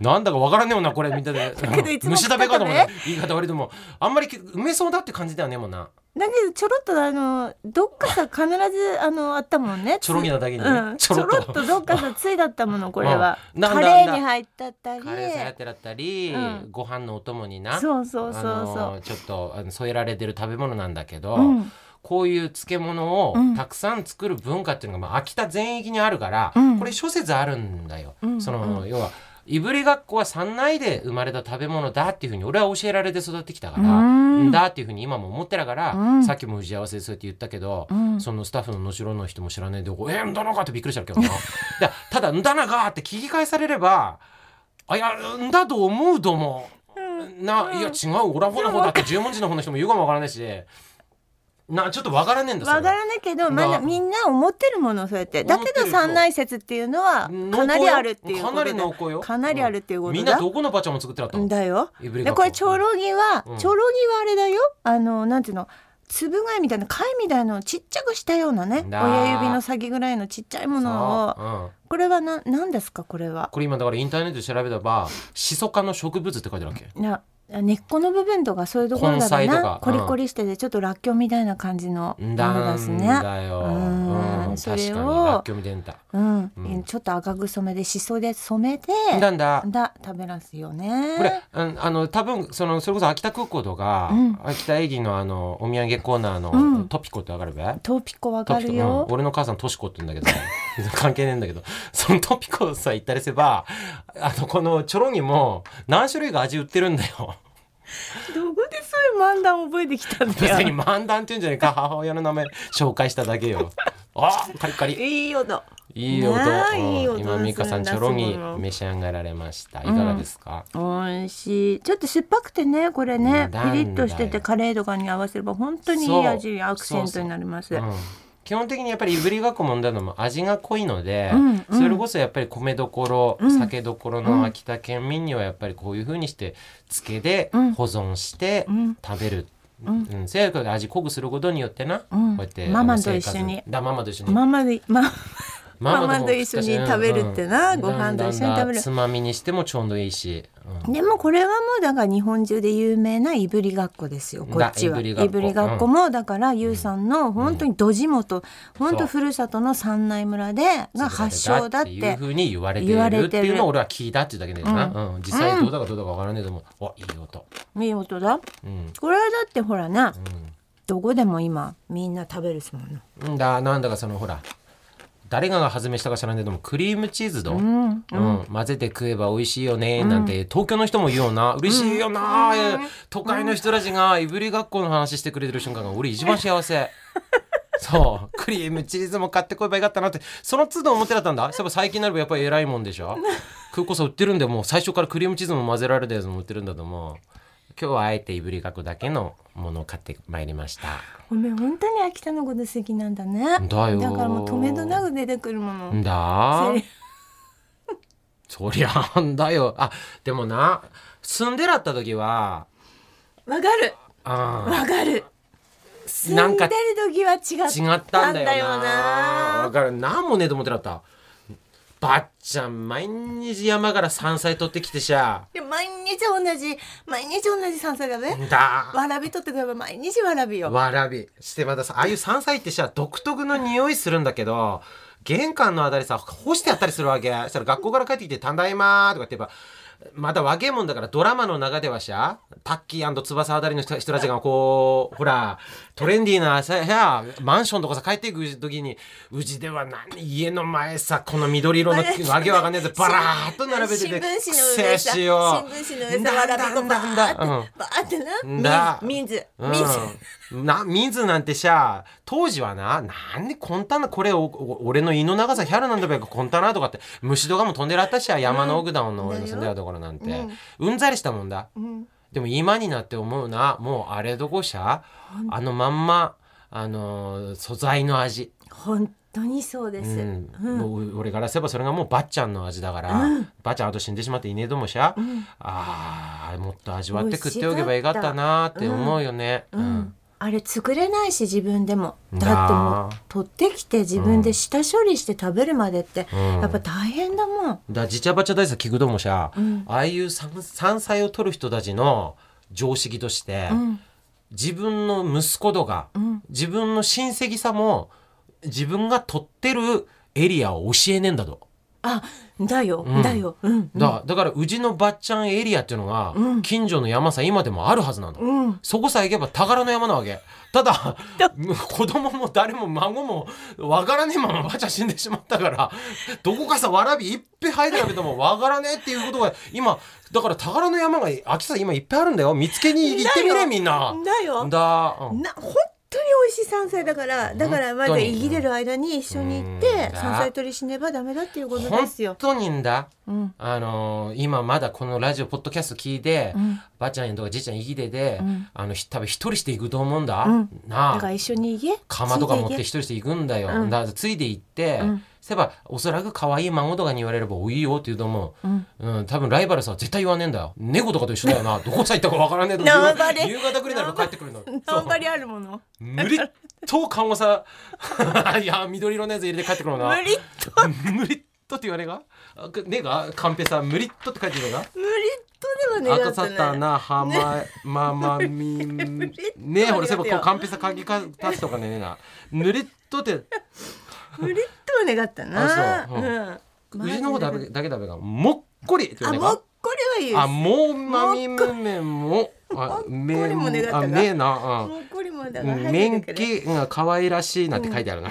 Speaker 2: なんだかわからんねえもんなこれみたいな
Speaker 1: け どいつも
Speaker 2: 虫食べかと思っ
Speaker 1: 聞く
Speaker 2: た
Speaker 1: と
Speaker 2: 言い方悪いともあんまり埋めそうだって感じだよねもんな
Speaker 1: だけどちょろっとあのどっかさ必ずあのあったもんね
Speaker 2: ちょろぎなだけにね、
Speaker 1: うん、ちょろっとどっかさついだったものこれは、
Speaker 2: うんなん
Speaker 1: カレ
Speaker 2: だな
Speaker 1: ー
Speaker 2: んだ
Speaker 1: に入ったったり
Speaker 2: カレーさやってだったり、
Speaker 1: うん
Speaker 2: ご飯のお供にな
Speaker 1: そうそうそうそう、
Speaker 2: あのちょっとあの添えられてる食べ物なんだけど、
Speaker 1: うん
Speaker 2: こういう漬物を
Speaker 1: うん
Speaker 2: たくさん作る文化っていうのが、まあ、秋田全域にあるから、
Speaker 1: うん
Speaker 2: これ諸説あるんだよ。
Speaker 1: うん
Speaker 2: そうの要はいぶりがっこは山内で生まれた食べ物だっていうふうに俺は教えられて育ってきたから、
Speaker 1: うん
Speaker 2: だっていうふうに今も思ってたから、
Speaker 1: うん
Speaker 2: さっきも打ち合わせでそうやって言ったけど、
Speaker 1: うん
Speaker 2: そのスタッフの能代の人も知らないで「えーんだなか」ってびっくりしたけ どないやただ「んだなか」って聞き返されれば「あいやんだと思うとも」な、いや違う俺はほなほだって十文字の方の人も言うかもわからないしなちょっとわからねえんだそれ
Speaker 1: わからないけど、まだ
Speaker 2: な
Speaker 1: みんな思ってるものそうやって。だけ
Speaker 2: 思って
Speaker 1: ど
Speaker 2: る
Speaker 1: 三内説っていうのはかなりあるっていうこと
Speaker 2: かなり
Speaker 1: だ
Speaker 2: 濃厚よ
Speaker 1: かなりあるっていうことだ
Speaker 2: みんなどこのばあちゃんも作ってらったの
Speaker 1: だよ。
Speaker 2: いぶり
Speaker 1: で
Speaker 2: がっこ
Speaker 1: これチョロギは、
Speaker 2: うん
Speaker 1: チョロギはあれだよ。あのなんていうの。粒貝みたいな貝みたいなのをちっちゃくしたようなね
Speaker 2: なあ
Speaker 1: 親指の先ぐらいのちっちゃいものを
Speaker 2: そううん
Speaker 1: これはな何ですかこれは
Speaker 2: これ今だからインターネットで調べたばシソ科の植物って書いてあるわけ
Speaker 1: な根っこの部分とかそういうところだろう
Speaker 2: 根菜と
Speaker 1: な
Speaker 2: か
Speaker 1: コリコリしててちょっとらっきょうみたいな感じのもの
Speaker 2: な
Speaker 1: だし
Speaker 2: ん
Speaker 1: ね。
Speaker 2: だよ、
Speaker 1: うん
Speaker 2: うん
Speaker 1: それを
Speaker 2: 確かにラッキョみでんだ
Speaker 1: うん、
Speaker 2: うん
Speaker 1: ちょっと赤く染めでしそで染めて
Speaker 2: なんだ
Speaker 1: だ食べますよね。
Speaker 2: これああの多分そのそれこそ秋田空港とか、
Speaker 1: うん
Speaker 2: 秋田駅のあのお土産コーナーの、
Speaker 1: うん
Speaker 2: トピコってわかるべ
Speaker 1: トーピコわ
Speaker 2: ト
Speaker 1: か
Speaker 2: ピコ
Speaker 1: る
Speaker 2: うん
Speaker 1: よ。
Speaker 2: 俺の母さんトシコって言うんだけど 関係ねえんだけどそのトピコさ行ったりすればあのこのチョロギも何種類が味売ってるんだよ
Speaker 1: どこでそういう漫談覚えてきたん
Speaker 2: 別に。漫談っていうんじゃないか母親の名前紹介しただけ よあカリカリ
Speaker 1: いいよだ。
Speaker 2: いい音
Speaker 1: ねえ
Speaker 2: うん
Speaker 1: いい音
Speaker 2: 今美香さん
Speaker 1: す
Speaker 2: チ
Speaker 1: る
Speaker 2: ョ
Speaker 1: んだ
Speaker 2: ロギ
Speaker 1: その
Speaker 2: 召し上がられましたいかがですか、
Speaker 1: 美味しい。ちょっと酸っぱくてね、これね、
Speaker 2: なん
Speaker 1: ピ
Speaker 2: だよ
Speaker 1: リッとしててカレーとかに合わせれば本当にいい味に
Speaker 2: そう
Speaker 1: アクセントになります。
Speaker 2: うん基本的にやっぱりいぶりがっこもんだのも味が濃いので、
Speaker 1: うんうん
Speaker 2: それこそやっぱり米どころ、
Speaker 1: うん
Speaker 2: 酒どころの秋田県民にはやっぱりこういうふうにして漬けで
Speaker 1: うん
Speaker 2: 保存して
Speaker 1: うん
Speaker 2: 食べる、
Speaker 1: う
Speaker 2: うんんせやから味濃くすることによってな、
Speaker 1: うん
Speaker 2: こうやって
Speaker 1: ママ
Speaker 2: あの生
Speaker 1: と
Speaker 2: 活
Speaker 1: 一緒に
Speaker 2: だママと一緒に、
Speaker 1: ママで、ま、 ママ
Speaker 2: も
Speaker 1: と一緒に食べるってなご飯と一緒に食べる
Speaker 2: だんだんつまみにしてもちょうどいいし、うん
Speaker 1: でもこれはもうだから日本中で有名ないぶりがっこですよこっちは
Speaker 2: だいぶりがっこ
Speaker 1: いぶりがっこもだからゆうさんの本当に土地元本当ふるさとの三内村でが発祥だっ
Speaker 2: いう
Speaker 1: て
Speaker 2: ふうに言われてい
Speaker 1: 言われ
Speaker 2: るってて
Speaker 1: る
Speaker 2: いうのを俺は聞いたっていうだけでな、うん実際どうだかどうだかわからないと思う、おいい音
Speaker 1: 見事だ
Speaker 2: うん
Speaker 1: これはだってほらなどこでも今みんな食べるすもの
Speaker 2: うんだなんだかそのほら誰がが発明したか知らないけどもクリームチーズド、うん
Speaker 1: うん
Speaker 2: 混ぜて食えば美味しいよねなんて、東京の人も言うよな嬉しいよな、えー都会の人たちがいぶり学校の話してくれてる瞬間が俺一番幸 せそうクリームチーズも買ってこえばよかったなってその都度思ってだったんだそういえば最近になればやっぱり偉いもんでしょ空港さ売ってるんでもう最初からクリームチーズも混ぜられたやつも売ってるんだと思う今日はあえていぶり学校だけのものを買ってまいりました
Speaker 1: ごめん本当に秋田のこと好きなんだね
Speaker 2: だよ
Speaker 1: からもう止めどなく出てくるもの
Speaker 2: んだ
Speaker 1: セリ
Speaker 2: そりゃあんだよあでもな住んでらった時は
Speaker 1: わかる
Speaker 2: あ
Speaker 1: わかる住
Speaker 2: なん
Speaker 1: んで
Speaker 2: か
Speaker 1: る時は違った
Speaker 2: 違ったんだよ
Speaker 1: なんだ
Speaker 2: な
Speaker 1: よ
Speaker 2: わからんなんもねえと思ってらったばっちゃん毎日山から山菜取ってきてしゃ
Speaker 1: で毎日同じ毎日同じ山菜だね
Speaker 2: んだ
Speaker 1: わらびとってくれば毎日わらびよ
Speaker 2: わらびしてまたさああいう山菜ってさ独特の匂いするんだけど玄関のあたりさ干してあったりするわけそしたら学校から帰ってきて「ただいま」とかって言えばまた若えもんだからドラマの中ではしゃタッキー翼あたりの人人たちがこうほらトレンディーなさやマンションとかさ帰っていく時にうちでは何家の前さこの緑色のわけわかんないやつバラーっと並べてて
Speaker 1: 新聞紙の
Speaker 2: くせえ
Speaker 1: 上さ
Speaker 2: し
Speaker 1: 新
Speaker 2: よう
Speaker 1: 聞紙の上さわらび粉バーって
Speaker 2: なんだなんだうん
Speaker 1: バーって
Speaker 2: んだ
Speaker 1: な水
Speaker 2: うん
Speaker 1: 水水
Speaker 2: な水なんてさ当時はななんでこんたなこれをお俺の胃の長さヒャラなんだべかこんたなとかって虫とかも飛んでらったしや山の奥だもんの俺の住んでたところなんて、うん、ざりしたもんだ、
Speaker 1: ん
Speaker 2: でも今になって思うなもうあれどこしゃあのまんまあのー素材の味、
Speaker 1: 本当にそうです、
Speaker 2: うんもう俺からすればそれがもうばっちゃんの味だから、ばっちゃんあと死んでしまっていねえどもしゃ、あーもっと味わって食っておけばよかったなーって思うよね。
Speaker 1: うん
Speaker 2: うん
Speaker 1: あれ作れないし自分でも
Speaker 2: なあ
Speaker 1: だってもう取ってきて自分で下処理して食べるまでって、
Speaker 2: ん
Speaker 1: やっぱ大変だもん
Speaker 2: だじちゃばちゃ大佐聞くともしゃ、ああいう山山菜を取る人たちの常識として、自分の息子とか、自分の親戚さも自分が取ってるエリアを教えねえんだと。
Speaker 1: あだよ、だようん
Speaker 2: だだからうちのばっちゃんエリアっていうのが近所の山さ今でもあるはずなんだ、そこさえ行けば宝の山なわけた だ子供も誰も孫もわからねえままばっちゃん死んでしまったからどこかさわらびいっぺい生えてたけどもわからねえっていうことが今だから宝の山が秋さ今いっぱいあるんだよ見つけに行ってみ
Speaker 1: だ
Speaker 2: れ
Speaker 1: よ
Speaker 2: みんな
Speaker 1: だよ
Speaker 2: だ、うん
Speaker 1: な本当に美味しい山菜だからだからまだ
Speaker 2: 本当に
Speaker 1: いぎれる間に一緒に行っ
Speaker 2: う
Speaker 1: て
Speaker 2: ん
Speaker 1: 山菜取りしねばダメだっていうこと
Speaker 2: 本
Speaker 1: ですよ。
Speaker 2: 当にんだ、
Speaker 1: うん
Speaker 2: あのー今まだこのラジオポッドキャスト聞いて、
Speaker 1: ん
Speaker 2: ばあちゃんとかじいちゃん生きてて、あのひ多分一人して行くと思うんだ、
Speaker 1: ん
Speaker 2: な
Speaker 1: だから
Speaker 2: あ
Speaker 1: 一緒に行け。
Speaker 2: 釜とか持って
Speaker 1: つい
Speaker 2: 一人して行くんだよ、
Speaker 1: ん
Speaker 2: だからついて行って、せばおそらく可愛い孫とかに言われれば「おいいよ」って言うと思う、うん多分ライバルさんは絶対言わねえんだよ猫とかと一緒だよ などこさ行ったかわからねえと
Speaker 1: 縄張り
Speaker 2: 夕方くらいになら帰ってくるの
Speaker 1: ていけ頑張りあるもの。
Speaker 2: 無理っと看護さ いや緑色のやつ入れて帰ってくる
Speaker 1: 無
Speaker 2: のな
Speaker 1: 理っと
Speaker 2: 無理っとって言われがあくねえがカンペさん無理っとって書いてるのが
Speaker 1: 無理っとではねだ
Speaker 2: 赤
Speaker 1: ってね。
Speaker 2: さたなは まままみ
Speaker 1: 無理っと
Speaker 2: ねえほらそういえばこ
Speaker 1: よ
Speaker 2: うカンペさん書きか足すとかねえなぬりっとって
Speaker 1: 無理っとは願ったな。
Speaker 2: あそううん
Speaker 1: ん
Speaker 2: うちの方だけだけだべがもっこりって言
Speaker 1: あ
Speaker 2: わねえ
Speaker 1: も
Speaker 2: か
Speaker 1: うこれは言
Speaker 2: あ
Speaker 1: う。
Speaker 2: もうまみむめもあめ
Speaker 1: もっこりも願ったが
Speaker 2: あねえなうん
Speaker 1: もうこれもだから
Speaker 2: 面
Speaker 1: 入ってくる。
Speaker 2: 気が可愛らしいなんて書いてあるな。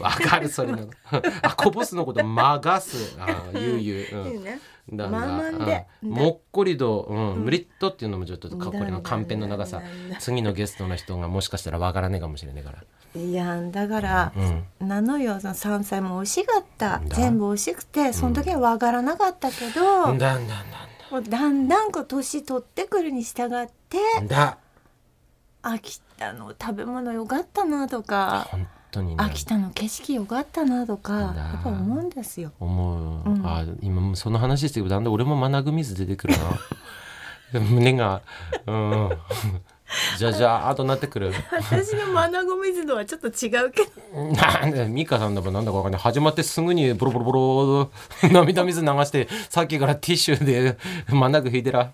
Speaker 2: わかるそれなの。あこぼすのことまがす。あゆうゆう。うん
Speaker 1: いいね。
Speaker 2: だ
Speaker 1: まんまんで
Speaker 2: うん
Speaker 1: だ
Speaker 2: もっこりと、うん、ムリッとっていうのもちょっとかっこいい
Speaker 1: だ
Speaker 2: のカンペの長さ
Speaker 1: だだだ
Speaker 2: 次のゲストの人がもしかしたらわからねえかもしれねえから
Speaker 1: いやだから、
Speaker 2: う
Speaker 1: なのよその山菜も美味しかった
Speaker 2: だ
Speaker 1: 全部美味しくてその時はわからなかったけど、
Speaker 2: だんだんだ
Speaker 1: もうだんだんこう年取ってくるに従って
Speaker 2: んだんだ
Speaker 1: 秋田の食べ物よかったなとか
Speaker 2: 本当にね
Speaker 1: 秋田の景色よかったなとか
Speaker 2: だ
Speaker 1: やっぱ思うんですよ。
Speaker 2: 思う、あ今もうその話してるとだんだん俺もマナグミズ出てくる な胸がうん じゃじゃーっとなってくる
Speaker 1: 私のマナゴミズドはちょっと違うけど
Speaker 2: なんでミカさんだかなんだかわかんない始まってすぐにボロボロボロ 涙水流してさっきからティッシュでマナグ引いてら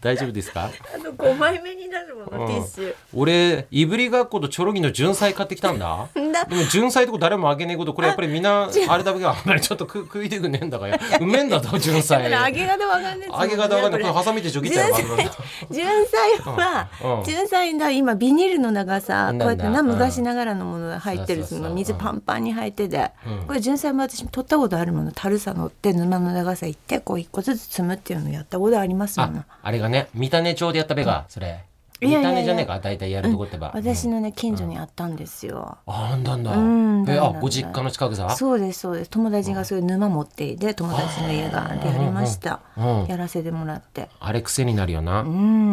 Speaker 2: 大丈夫ですか
Speaker 1: あの5枚目になるもの
Speaker 2: ティッシ俺いぶりがっことチョロギの純菜買ってきたんだ
Speaker 1: ュ。だ
Speaker 2: でも純菜とこ誰もあげねえことこれやっぱりみんなあれだけはあんまりちょっと食食いてくんねえんだからうめえんだぞ純
Speaker 1: だから揚
Speaker 2: 菜
Speaker 1: げ方わかんないですも
Speaker 2: 揚げ方わかんないこれ
Speaker 1: やっぱ
Speaker 2: ハサミでちょ
Speaker 1: り
Speaker 2: ぎっ
Speaker 1: 純
Speaker 2: たら
Speaker 1: 菜純菜は
Speaker 2: うんうん
Speaker 1: 純菜だ今ビニールの長さ
Speaker 2: なん
Speaker 1: こ
Speaker 2: だ
Speaker 1: うやってな
Speaker 2: うん
Speaker 1: 昔ながらのものが入ってる
Speaker 2: そ
Speaker 1: そう
Speaker 2: そうそう
Speaker 1: の水
Speaker 2: うん
Speaker 1: パンパンに入ってて
Speaker 2: うん
Speaker 1: これ純菜も私取ったことあるもの樽さ乗って沼の長さ行ってこう一個ずつ積むっていうのやったことありますも
Speaker 2: あ
Speaker 1: の
Speaker 2: あれがね三種町でやったべがそれ
Speaker 1: いやいやい
Speaker 2: 三
Speaker 1: や
Speaker 2: 種じゃねえか大体やるとこってば
Speaker 1: 私
Speaker 2: うん
Speaker 1: のね近所にあったんですよ
Speaker 2: ああんだんだ
Speaker 1: ん
Speaker 2: え
Speaker 1: だん
Speaker 2: あ
Speaker 1: だん
Speaker 2: ご実家の近くさ
Speaker 1: そうですそうです友達がそういう沼持っていて友達の家がでやりました
Speaker 2: うん
Speaker 1: やらせてもらって
Speaker 2: あれ癖になるよな、
Speaker 1: うん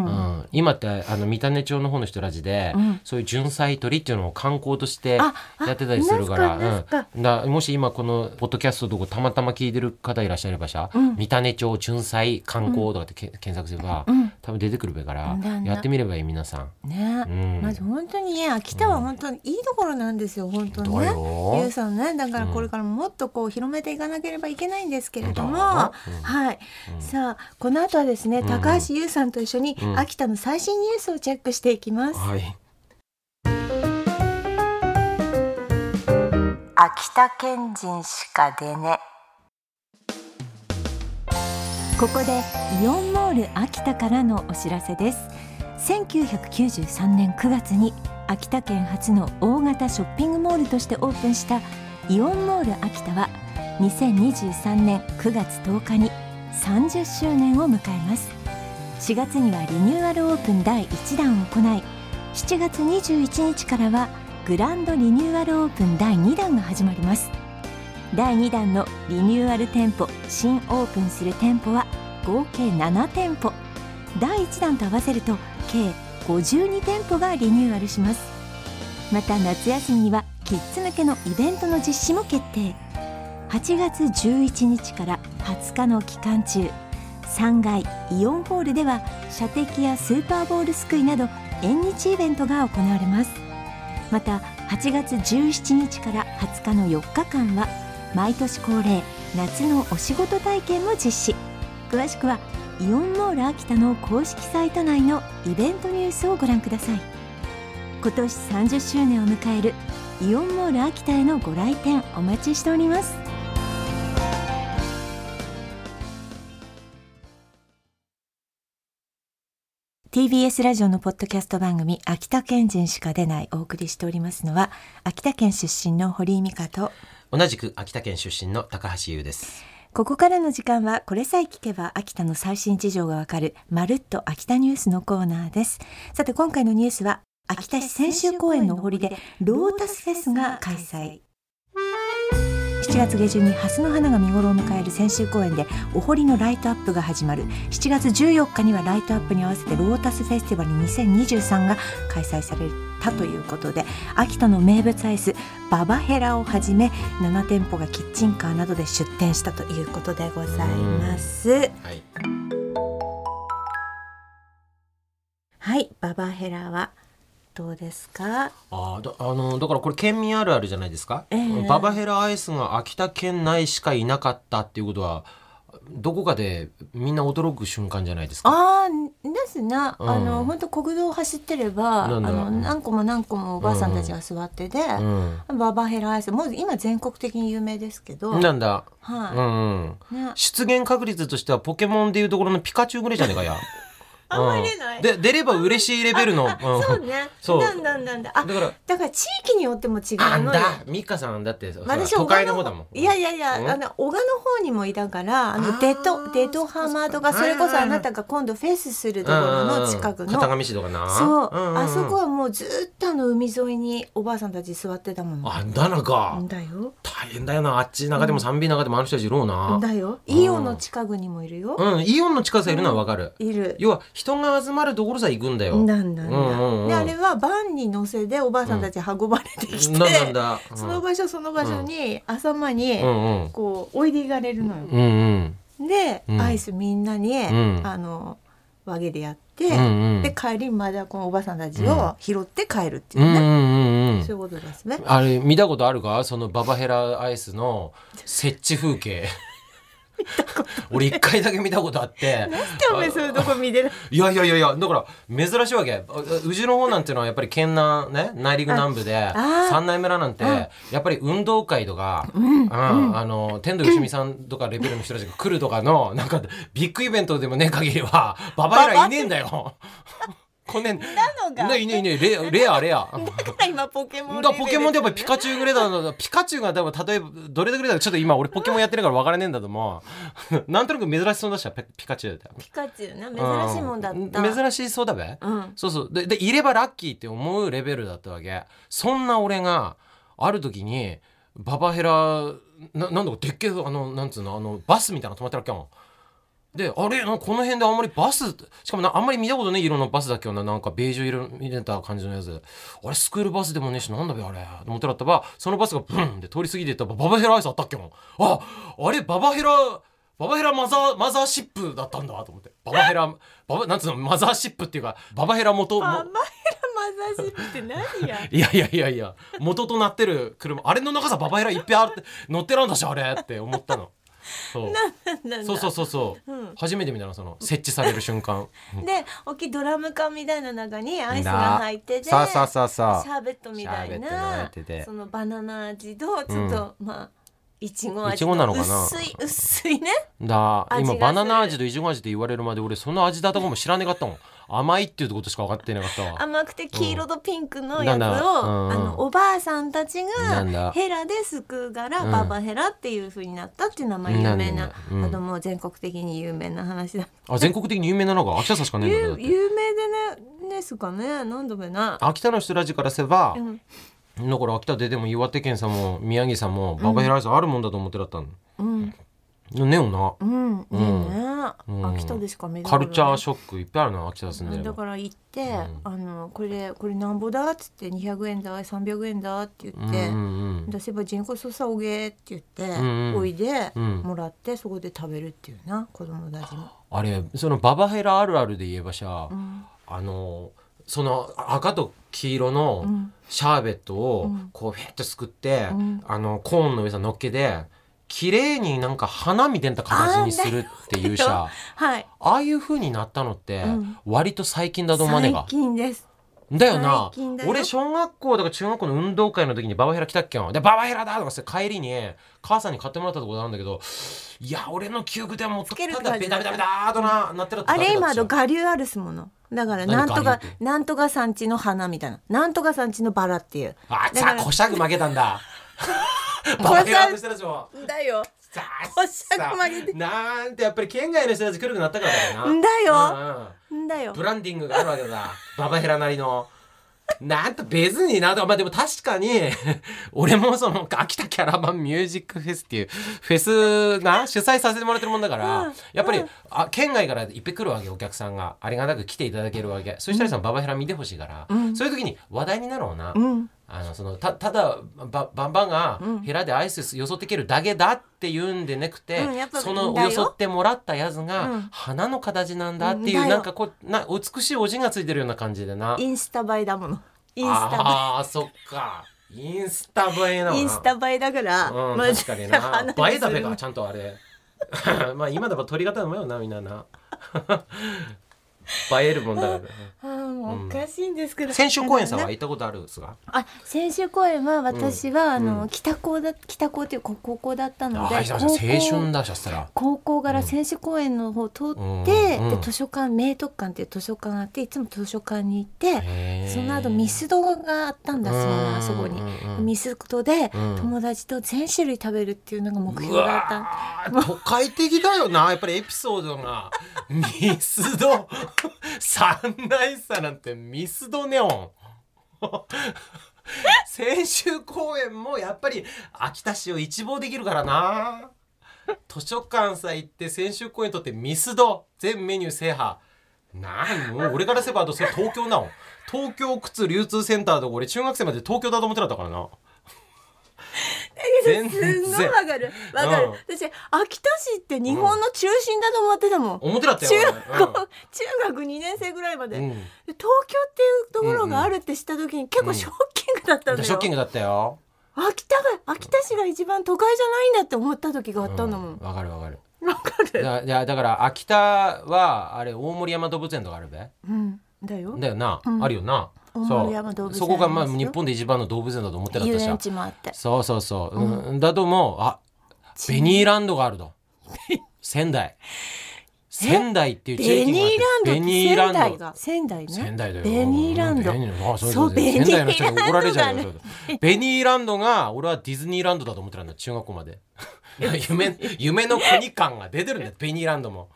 Speaker 2: うん今ってあの三種町の方の人たちで、そういう純菜取りっていうのを観光として
Speaker 1: ああ
Speaker 2: やってたりするから
Speaker 1: なんすかなんす
Speaker 2: うん、だもし今このポッドキャストとかたまたま聞いてる方いらっしゃればさ、三種町純菜観光とかってけ、検索すれば、多分出てくるべから
Speaker 1: だんだん
Speaker 2: やってみればいい皆さん。
Speaker 1: ね、
Speaker 2: うん
Speaker 1: まず本当にね秋田は本当にいいところなんですよ本当にね
Speaker 2: だよ
Speaker 1: ゆうさんねだからこれからももっとこう広めていかなければいけないんですけれども、
Speaker 2: だよ
Speaker 1: はい、さあこの後はですね高橋優さんと一緒に秋田の最新ニュースをチェックしていきます、
Speaker 2: はい、
Speaker 1: 秋田県人しか出ねここでイオンモール秋田からのお知らせです1993年9月に秋田県初の大型ショッピングモールとしてオープンしたイオンモール秋田は2023年9月10日に30周年を迎えます4月にはリニューアルオープン第1弾を行い7月21日からはグランドリニューアルオープン第2弾が始まります第2弾のリニューアル店舗新オープンする店舗は合計7店舗第1弾と合わせると計52店舗がリニューアルしますまた夏休みにはキッズ向けのイベントの実施も決定8月11日から20日の期間中3階イオンホールでは射的やスーパーボールすくいなど縁日イベントが行われますまた8月17日から20日の4日間は毎年恒例夏のお仕事体験も実施詳しくはイオンモール秋田の公式サイト内のイベントニュースをご覧ください今年30周年を迎えるイオンモール秋田へのご来店お待ちしております「TBS ラジオ」のポッドキャスト番組「秋田県人しか出ない」お送りしておりますのは秋田県出身の堀井美香と
Speaker 2: 同じく秋田県出身の高橋優です
Speaker 1: ここからの時間はこれさえ聞けば秋田の最新事情がわかるまるっと秋田ニュースのコーナーですさて今回のニュースは秋田市千秋公園の堀でロータスフェスが開催7月下旬に蓮の花が見頃を迎える千秋公園でお堀のライトアップが始まる7月14日にはライトアップに合わせてロータスフェスティバル2023が開催されたということで秋田の名物アイスババヘラをはじめ7店舗がキッチンカーなどで出店したということでございます。
Speaker 2: はい。
Speaker 1: はい、ババヘラはどうですか
Speaker 2: あーだあのだからこれ県民あるあるじゃないですか、
Speaker 1: ええ
Speaker 2: ババヘラアイスが秋田県内しかいなかったっていうことはどこかでみんな驚く瞬間じゃないですか
Speaker 1: ああですな、
Speaker 2: うん
Speaker 1: あの本当国道を走ってればあ
Speaker 2: なんだ
Speaker 1: の何個も何個もおばあさんたちが座ってで、
Speaker 2: うん、
Speaker 1: ババヘラアイスもう今全国的に有名ですけど、
Speaker 2: なんだ、う
Speaker 1: は
Speaker 2: んうん、
Speaker 1: い、ね、
Speaker 2: 出現確率としてはポケモンでいうところのピカチュウぐらいじゃねえかや
Speaker 1: あんまり出ない
Speaker 2: うんで出れば嬉しいレベルの、うん、
Speaker 1: そうね
Speaker 2: そう
Speaker 1: なんだなんだなんだあ
Speaker 2: だ から
Speaker 1: だから地域によっても違う
Speaker 2: あん
Speaker 1: のよ
Speaker 2: だミカさんだってそ
Speaker 1: 私
Speaker 2: 都
Speaker 1: 小鹿
Speaker 2: 会の方だもん
Speaker 1: いやいやいや、
Speaker 2: うん
Speaker 1: あの小賀の方にもいたからあ
Speaker 2: あ
Speaker 1: の
Speaker 2: ー
Speaker 1: デトデトハマーとかそ
Speaker 2: そっかそっか
Speaker 1: れこそ
Speaker 2: は
Speaker 1: あ
Speaker 2: いはいはい
Speaker 1: なたが今度フェイスするところの近く
Speaker 2: うんうんうん片
Speaker 1: の
Speaker 2: 上市とかな
Speaker 1: そう、
Speaker 2: んんん
Speaker 1: あそこはもうずっとあの海沿いにおばあさんたち座ってたもん
Speaker 2: あんだなか
Speaker 1: だよ
Speaker 2: 大変だよなあっち中でも 3B 中でもあの人たちいるよな
Speaker 1: だよ
Speaker 2: うん
Speaker 1: イオンの近くにもいるよ、
Speaker 2: うんイオンの近さいるのはわかる
Speaker 1: いる
Speaker 2: 要は人が集まるところさ行くんだよなん
Speaker 1: なんだなんだ、
Speaker 2: うんうん
Speaker 1: であれはバンに乗せでおばあさんたち運ばれてきて、
Speaker 2: なんだうん
Speaker 1: その場所その場所に朝間に
Speaker 2: うんうん
Speaker 1: こうおいでいかれるのよ、
Speaker 2: うんうん
Speaker 1: で、
Speaker 2: うん
Speaker 1: アイスみんなに、
Speaker 2: ん
Speaker 1: あの和毛でやって、
Speaker 2: うんうん
Speaker 1: で帰りまだこのおばさんたちを拾って帰るっていううん
Speaker 2: う
Speaker 1: ね、
Speaker 2: んうん
Speaker 1: そううんいうことですね
Speaker 2: あれ見たことあるかそのババヘラアイ スの設置風景俺一回だけ見たことあって
Speaker 1: ダメそういうとこ見て る
Speaker 2: いやいやいやいやだから珍しいわけあ宇治の方なんてのはやっぱり県南ね内陸南部で
Speaker 1: あー
Speaker 2: 三内村なんてやっぱり運動会とか、うんあの天童よしみさんとかレベルの人たちが来るとかのなんかビッグイベントでもねえ限りはババエラいねえんだよ。こんねん
Speaker 1: なのが
Speaker 2: ねいねいねレレアレア。
Speaker 1: だから今ポケモン
Speaker 2: だポケモンでやっぱピ
Speaker 1: カ
Speaker 2: カチュウぐらいだのピカチュウが多分例えばどれぐらいだかちょっと今俺ポケモンやってるから分からねえんだと思うなんとなく珍しそうだしピピカチュウって
Speaker 1: ピカチュウな珍しいもんだった、
Speaker 2: う珍しそうだべ、
Speaker 1: うん
Speaker 2: そうそうででいればラッキーって思うレベルだったわけそんな俺がある時にババヘラななんだかでっけえあのなんつうのあのバスみたいなの止まってるわけよであれなんかこの辺であんまりバスしかもなあんまり見たことない色のバスだっけよななんかベージュ色見れた感じのやつあれスクールバスでもねえしなんだべあれと思ってらったばそのバスがブンって通り過ぎていったらババヘラアイスあったっけもああれババヘラババヘラマザーマザーシップだったんだと思ってババヘラババなんつうのマザーシップっていうかババヘラ元
Speaker 1: ババ
Speaker 2: も
Speaker 1: ヘラマザシップって何や
Speaker 2: いやいやいやいや元となってる車あれの中さババヘラいっぺんある乗ってらんだしあれって思ったのそう
Speaker 1: なんだ
Speaker 2: そうそうそうそう、
Speaker 1: うん
Speaker 2: 初めて見たのその設置される瞬間
Speaker 1: で大きいドラム缶みたいな中にアイスが入ってて
Speaker 2: さあさあさあ
Speaker 1: シ
Speaker 2: さあ
Speaker 1: ャーベットみたい
Speaker 2: シャーベットが入
Speaker 1: な
Speaker 2: ってて
Speaker 1: そのバナナ味とちょっと、まあいちご味
Speaker 2: いちごなのかな
Speaker 1: 薄い薄いね
Speaker 2: だ
Speaker 1: 味がす
Speaker 2: 今
Speaker 1: る
Speaker 2: バナナ味といちご味って言われるまで俺その味だったかも知らねかったもん甘いっていうことしか分かってなかっ たわ
Speaker 1: 甘くて黄色とピンクの
Speaker 2: うん
Speaker 1: やつを、
Speaker 2: なんだうん
Speaker 1: あのおばあさんたち
Speaker 2: なん
Speaker 1: が
Speaker 2: だ
Speaker 1: ヘラですくうから、
Speaker 2: うん
Speaker 1: ババヘラっていう風になったっていうのはまあ有名な
Speaker 2: なんだねうん
Speaker 1: あのもう全国的に有名な話だ、
Speaker 2: あ全国的に有名なのが秋田さんしかねえんだ
Speaker 1: 有
Speaker 2: けどだって
Speaker 1: 有名でねですかね何度もな、
Speaker 2: 秋田の人たちからすれば、
Speaker 1: うん
Speaker 2: だから秋田出ても岩手県さんも宮城さんもババヘライスあるもんだと思ってだったの、
Speaker 1: うん
Speaker 2: ねえよな
Speaker 1: うん、いいね、
Speaker 2: うん
Speaker 1: 秋田でしか見た
Speaker 2: カルチャー
Speaker 1: シ
Speaker 2: ショックいっぱいあるな秋田住んでれ
Speaker 1: だ
Speaker 2: ば
Speaker 1: から行って、あのこれこれなんぼだっつって200円だ300円だって
Speaker 2: う
Speaker 1: 言
Speaker 2: ん
Speaker 1: っ
Speaker 2: う
Speaker 1: て、
Speaker 2: ん
Speaker 1: 出せば人工操作おげーって言って、
Speaker 2: んうん
Speaker 1: おいで
Speaker 2: うん
Speaker 1: もらってそこで食べるっていうな子供たちも、
Speaker 2: あれそのババヘラあるあるで言えばさ、
Speaker 1: うん
Speaker 2: あのその赤と黄色の
Speaker 1: うん
Speaker 2: シャーベット
Speaker 1: う
Speaker 2: を
Speaker 1: ん
Speaker 2: こうフェッとすくって、
Speaker 1: うん
Speaker 2: あのコーンの上さ乗っけて綺麗になんか花みたいな形にするっていう さ
Speaker 1: はい
Speaker 2: ああいう風になったのって
Speaker 1: うん
Speaker 2: 割と最近だと思わねえ
Speaker 1: 最
Speaker 2: か、
Speaker 1: 近です
Speaker 2: だよな
Speaker 1: 最近だよ
Speaker 2: 俺小学校とか中学校の運動会の時にババヘラ来たっけんでババヘラだとかして帰りに母さんに買ってもらったところなんだけどいや俺の記憶ではもうた
Speaker 1: けるって
Speaker 2: だ
Speaker 1: 感じ
Speaker 2: ベ
Speaker 1: だ
Speaker 2: タ
Speaker 1: った
Speaker 2: ベタベターとななってるって
Speaker 1: あ
Speaker 2: だけだっ
Speaker 1: れ
Speaker 2: た
Speaker 1: 今
Speaker 2: じゃ
Speaker 1: の
Speaker 2: ん
Speaker 1: 我流あるっすものだから
Speaker 2: 何
Speaker 1: なんとか
Speaker 2: 我流って
Speaker 1: なんとかさんちの花みたいななんとかさんちのバラっていう
Speaker 2: あ
Speaker 1: だか
Speaker 2: さ
Speaker 1: ら
Speaker 2: こしゃぐ負けた んだババヘラの人たちも
Speaker 1: だよ
Speaker 2: さあ
Speaker 1: こしゃく負けて
Speaker 2: さあなんてやっぱり県外の人たち来るくなったからだよな
Speaker 1: んだよ
Speaker 2: うんうん
Speaker 1: んだよ
Speaker 2: ブランディングがあるわけだ。ババヘラなりの。なんと別になとか、まあでも確かに、 俺もその秋田キャラバンミュージックフェスっていうフェスな主催させてもらってるもんだから、やっぱり、あ県外からいっぺん来るわけお客さんがありがたく来ていただけるわけそしたらそのババヘラ見てほしいから、そういう時に話題になろうな、
Speaker 1: うん
Speaker 2: あのそのたただばバンバンがヘラでアイスよそってけるだけだって言うんでなくて、
Speaker 1: うんやっぱ
Speaker 2: その
Speaker 1: だよ
Speaker 2: よそってもらったやつが、
Speaker 1: うん
Speaker 2: 花の形なんだっていう、
Speaker 1: うんだよ
Speaker 2: なんかこうな美しいおじがついてるような感じでな
Speaker 1: インスタ映えだものインスタ
Speaker 2: ああーそっかインスタ映え
Speaker 1: 映
Speaker 2: なのな
Speaker 1: えインスタ映えだから、
Speaker 2: うん、
Speaker 1: まあ
Speaker 2: 確 かにな
Speaker 1: 花にする
Speaker 2: 映えだべかちゃんとあれ まあ今でも撮り方うまいよなみんなな 映えるもんだから
Speaker 1: あーもうおかしいんですけど、
Speaker 2: 先週公演さんは行ったことあるんですか
Speaker 1: あ先週公演は私は、あの北高だ北高という高校だったの
Speaker 2: あ
Speaker 1: で
Speaker 2: あいやい
Speaker 1: 高
Speaker 2: や
Speaker 1: 校
Speaker 2: 青春だそしたら
Speaker 1: 高校から選手公園の方を通
Speaker 2: うん
Speaker 1: って、
Speaker 2: うん
Speaker 1: で図書館明徳館っていう図書館があっていつも図書館に行って
Speaker 2: へー
Speaker 1: その後ミスドがあったんだそう
Speaker 2: うん
Speaker 1: なあそこに
Speaker 2: うんうん
Speaker 1: ミスドで
Speaker 2: うん
Speaker 1: 友達と全種類食べるっていうのが目標だ
Speaker 2: うわ
Speaker 1: った
Speaker 2: ー都会的だよなやっ ぱりエピソード がミスド三大さなんてミスドネオン 先週公演もやっぱり秋田市を一望できるからな図書館さ行って先週公演とってミスド全メニュー制覇なんもう俺からすればあとそれ東京なの東京靴流通センターとか俺中学生まで東京だと思ってなかったからな全
Speaker 1: すんごいわかるわかる、私秋田市って日本の中心だと思ってたもん、
Speaker 2: 思ってなかった
Speaker 1: 中
Speaker 2: よ俺
Speaker 1: 学、中学2年生ぐらいまで、
Speaker 2: うん
Speaker 1: で東京っていうところがあるって知った時に結構ショッキングだった
Speaker 2: うんん、
Speaker 1: だ
Speaker 2: ショ
Speaker 1: よ
Speaker 2: ッキングだったよ
Speaker 1: 秋田が秋田市が一番都会じゃないんだって思った時があったんだもん、
Speaker 2: うわかるわかる
Speaker 1: わかる
Speaker 2: だいやだから秋田はあれ大森山動物園とかあるべ
Speaker 1: うんだよ
Speaker 2: だよな、あるよな
Speaker 1: 大森山動物園
Speaker 2: そうそこがまあ
Speaker 1: あります
Speaker 2: 日
Speaker 1: よ
Speaker 2: 本で一番の動物園だと思ってなかっ
Speaker 1: 遊
Speaker 2: たじゃ
Speaker 1: 園
Speaker 2: ん
Speaker 1: 地もあって
Speaker 2: そうそうそう、うん、だともうあベニーランドがあ ると仙台仙台っていう地
Speaker 1: ベ
Speaker 2: 域
Speaker 1: ニ
Speaker 2: があって
Speaker 1: ーランドって仙
Speaker 2: ベ
Speaker 1: 台が仙台
Speaker 2: ニーランド
Speaker 1: ね
Speaker 2: 仙台だよ
Speaker 1: ベニーランド
Speaker 2: ベニーあそう
Speaker 1: そうベニー
Speaker 2: 仙台の人に怒られちゃう
Speaker 1: ラン
Speaker 2: よ
Speaker 1: ド
Speaker 2: それベニーランドが俺はディズニーランドだと思ってたんだ中学校まで 夢夢の国感が出てるんだよベニーランドも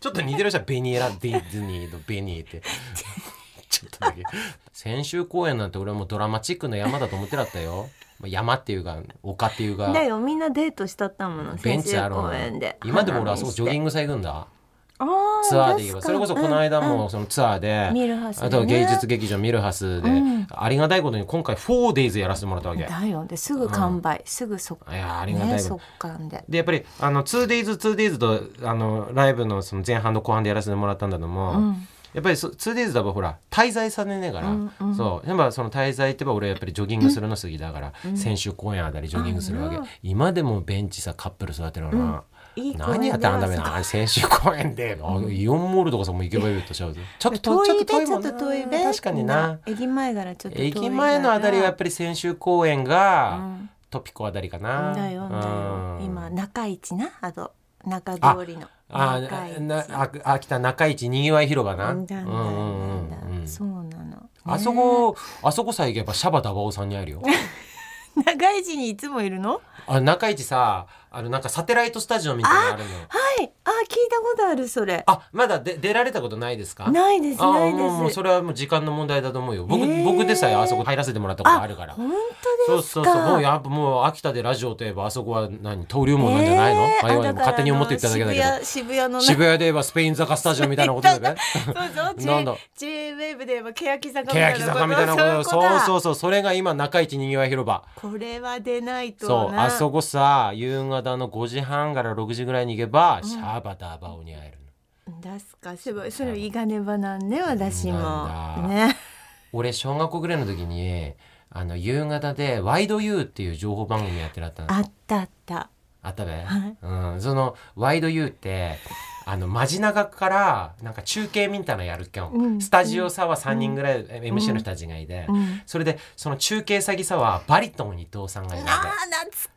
Speaker 2: ちょっと似てる人はベニーランドディズニーのベニー ってちょっとだけ先週公演なんて俺はもうドラマチックの山だと思ってだったよまあ山っていうか丘っていうか
Speaker 1: だよみんなデートしたったもの
Speaker 2: ベン
Speaker 1: 先
Speaker 2: チ
Speaker 1: 週
Speaker 2: あるも
Speaker 1: 公
Speaker 2: ん
Speaker 1: 園で
Speaker 2: 今でも俺はそこジョギ
Speaker 1: ン
Speaker 2: ングさ行くんだ
Speaker 1: グ
Speaker 2: ツアーで言えばそれこそこの間もそのツアーで、
Speaker 1: ミルハスでね
Speaker 2: あとは芸術劇場ミルハスで、
Speaker 1: うん
Speaker 2: ありがたいことに今回 4days やらせてもらったわけ。い
Speaker 1: だよですぐ完売、すぐ速
Speaker 2: やありがたい
Speaker 1: ね
Speaker 2: こと
Speaker 1: 速乾で
Speaker 2: でやっぱりあの 2days2days とあのライブのその前半の後半でやらせてもらったんだけども、
Speaker 1: うん
Speaker 2: やっぱりそ 2days だとほら滞在さねねえから、
Speaker 1: うんうん
Speaker 2: そうやっぱその滞在ってば俺やっぱりジョギングするの好きだから、先週公演あたりジョギングするわけ、
Speaker 1: あら
Speaker 2: 今でもベンチさカップル座ってるからな、
Speaker 1: いい公園
Speaker 2: 何
Speaker 1: で
Speaker 2: やったらダメなあれ先週公園で、あイオンモールとかさもう行けばいいよってちゃうちょっと
Speaker 1: 遠
Speaker 2: ちょっ
Speaker 1: い
Speaker 2: と
Speaker 1: べち
Speaker 2: 遠い
Speaker 1: ょ
Speaker 2: もん
Speaker 1: っ
Speaker 2: な
Speaker 1: と遠いべ
Speaker 2: 確かにな
Speaker 1: 駅前からちょっと遠い
Speaker 2: 駅前のあたりはやっぱり先週公園が
Speaker 1: ん
Speaker 2: トピコあたりかな
Speaker 1: だよだよ
Speaker 2: うん
Speaker 1: 今中市なあと中通りの
Speaker 2: あ
Speaker 1: 中市
Speaker 2: なあ秋田中市にぎわい広場な
Speaker 1: なんだなんだなんだ、
Speaker 2: うんうんうん
Speaker 1: そうなの
Speaker 2: あそこあそこさえ行けばシャバダバオさんに会えるよ
Speaker 1: ね長い字にいつもいるの
Speaker 2: あ中市さあのなんかサテライトスタジオみたいなのあるの
Speaker 1: はいあ聞いたことあるそれ
Speaker 2: あまだで出られたことないですか
Speaker 1: ないです
Speaker 2: あ
Speaker 1: ない
Speaker 2: もうも
Speaker 1: で
Speaker 2: う
Speaker 1: す
Speaker 2: それはもう時間の問題だと思うよ僕,、
Speaker 1: へー
Speaker 2: 僕でさえあそこ入らせてもらったことあるから
Speaker 1: 本
Speaker 2: そ
Speaker 1: 当
Speaker 2: う
Speaker 1: です
Speaker 2: そ
Speaker 1: か
Speaker 2: うそうもうやっぱもう秋田でラジオといえばあそこは何登竜門なんじゃないの、
Speaker 1: えー
Speaker 2: あれは
Speaker 1: あだから
Speaker 2: 勝手に思っていただけだけ
Speaker 1: あ
Speaker 2: ど
Speaker 1: の渋谷渋谷の
Speaker 2: 渋谷で言えばスペイン坂スタジオみたいなことだね
Speaker 1: そうそう
Speaker 2: なんだ
Speaker 1: J Wave で言えば欅坂みたいな
Speaker 2: 欅坂みたいなこと
Speaker 1: そういう
Speaker 2: そう
Speaker 1: だ
Speaker 2: そうそうそれが今中市にぎわい広場
Speaker 1: これは出ないと
Speaker 2: そう
Speaker 1: な
Speaker 2: あそこさ夕方の5時半から6時ぐらいに行けば、シャバダバオに会えるの
Speaker 1: 出すかすごいそれいがねばなんね私も
Speaker 2: なんだ
Speaker 1: ね
Speaker 2: 俺小学校ぐらいの時にあの夕方で「ワイドユー」っていう情報番組やってらったの
Speaker 1: あったあった
Speaker 2: あったべ、
Speaker 1: い
Speaker 2: うん、そのワイドユーってあの街中からなんか中継みたいなのやるっけん、
Speaker 1: うん
Speaker 2: スタジオさは3人ぐらい MC の人たちがいて、
Speaker 1: うん
Speaker 2: それでその中継先さはバリトン伊藤さんがいて
Speaker 1: あー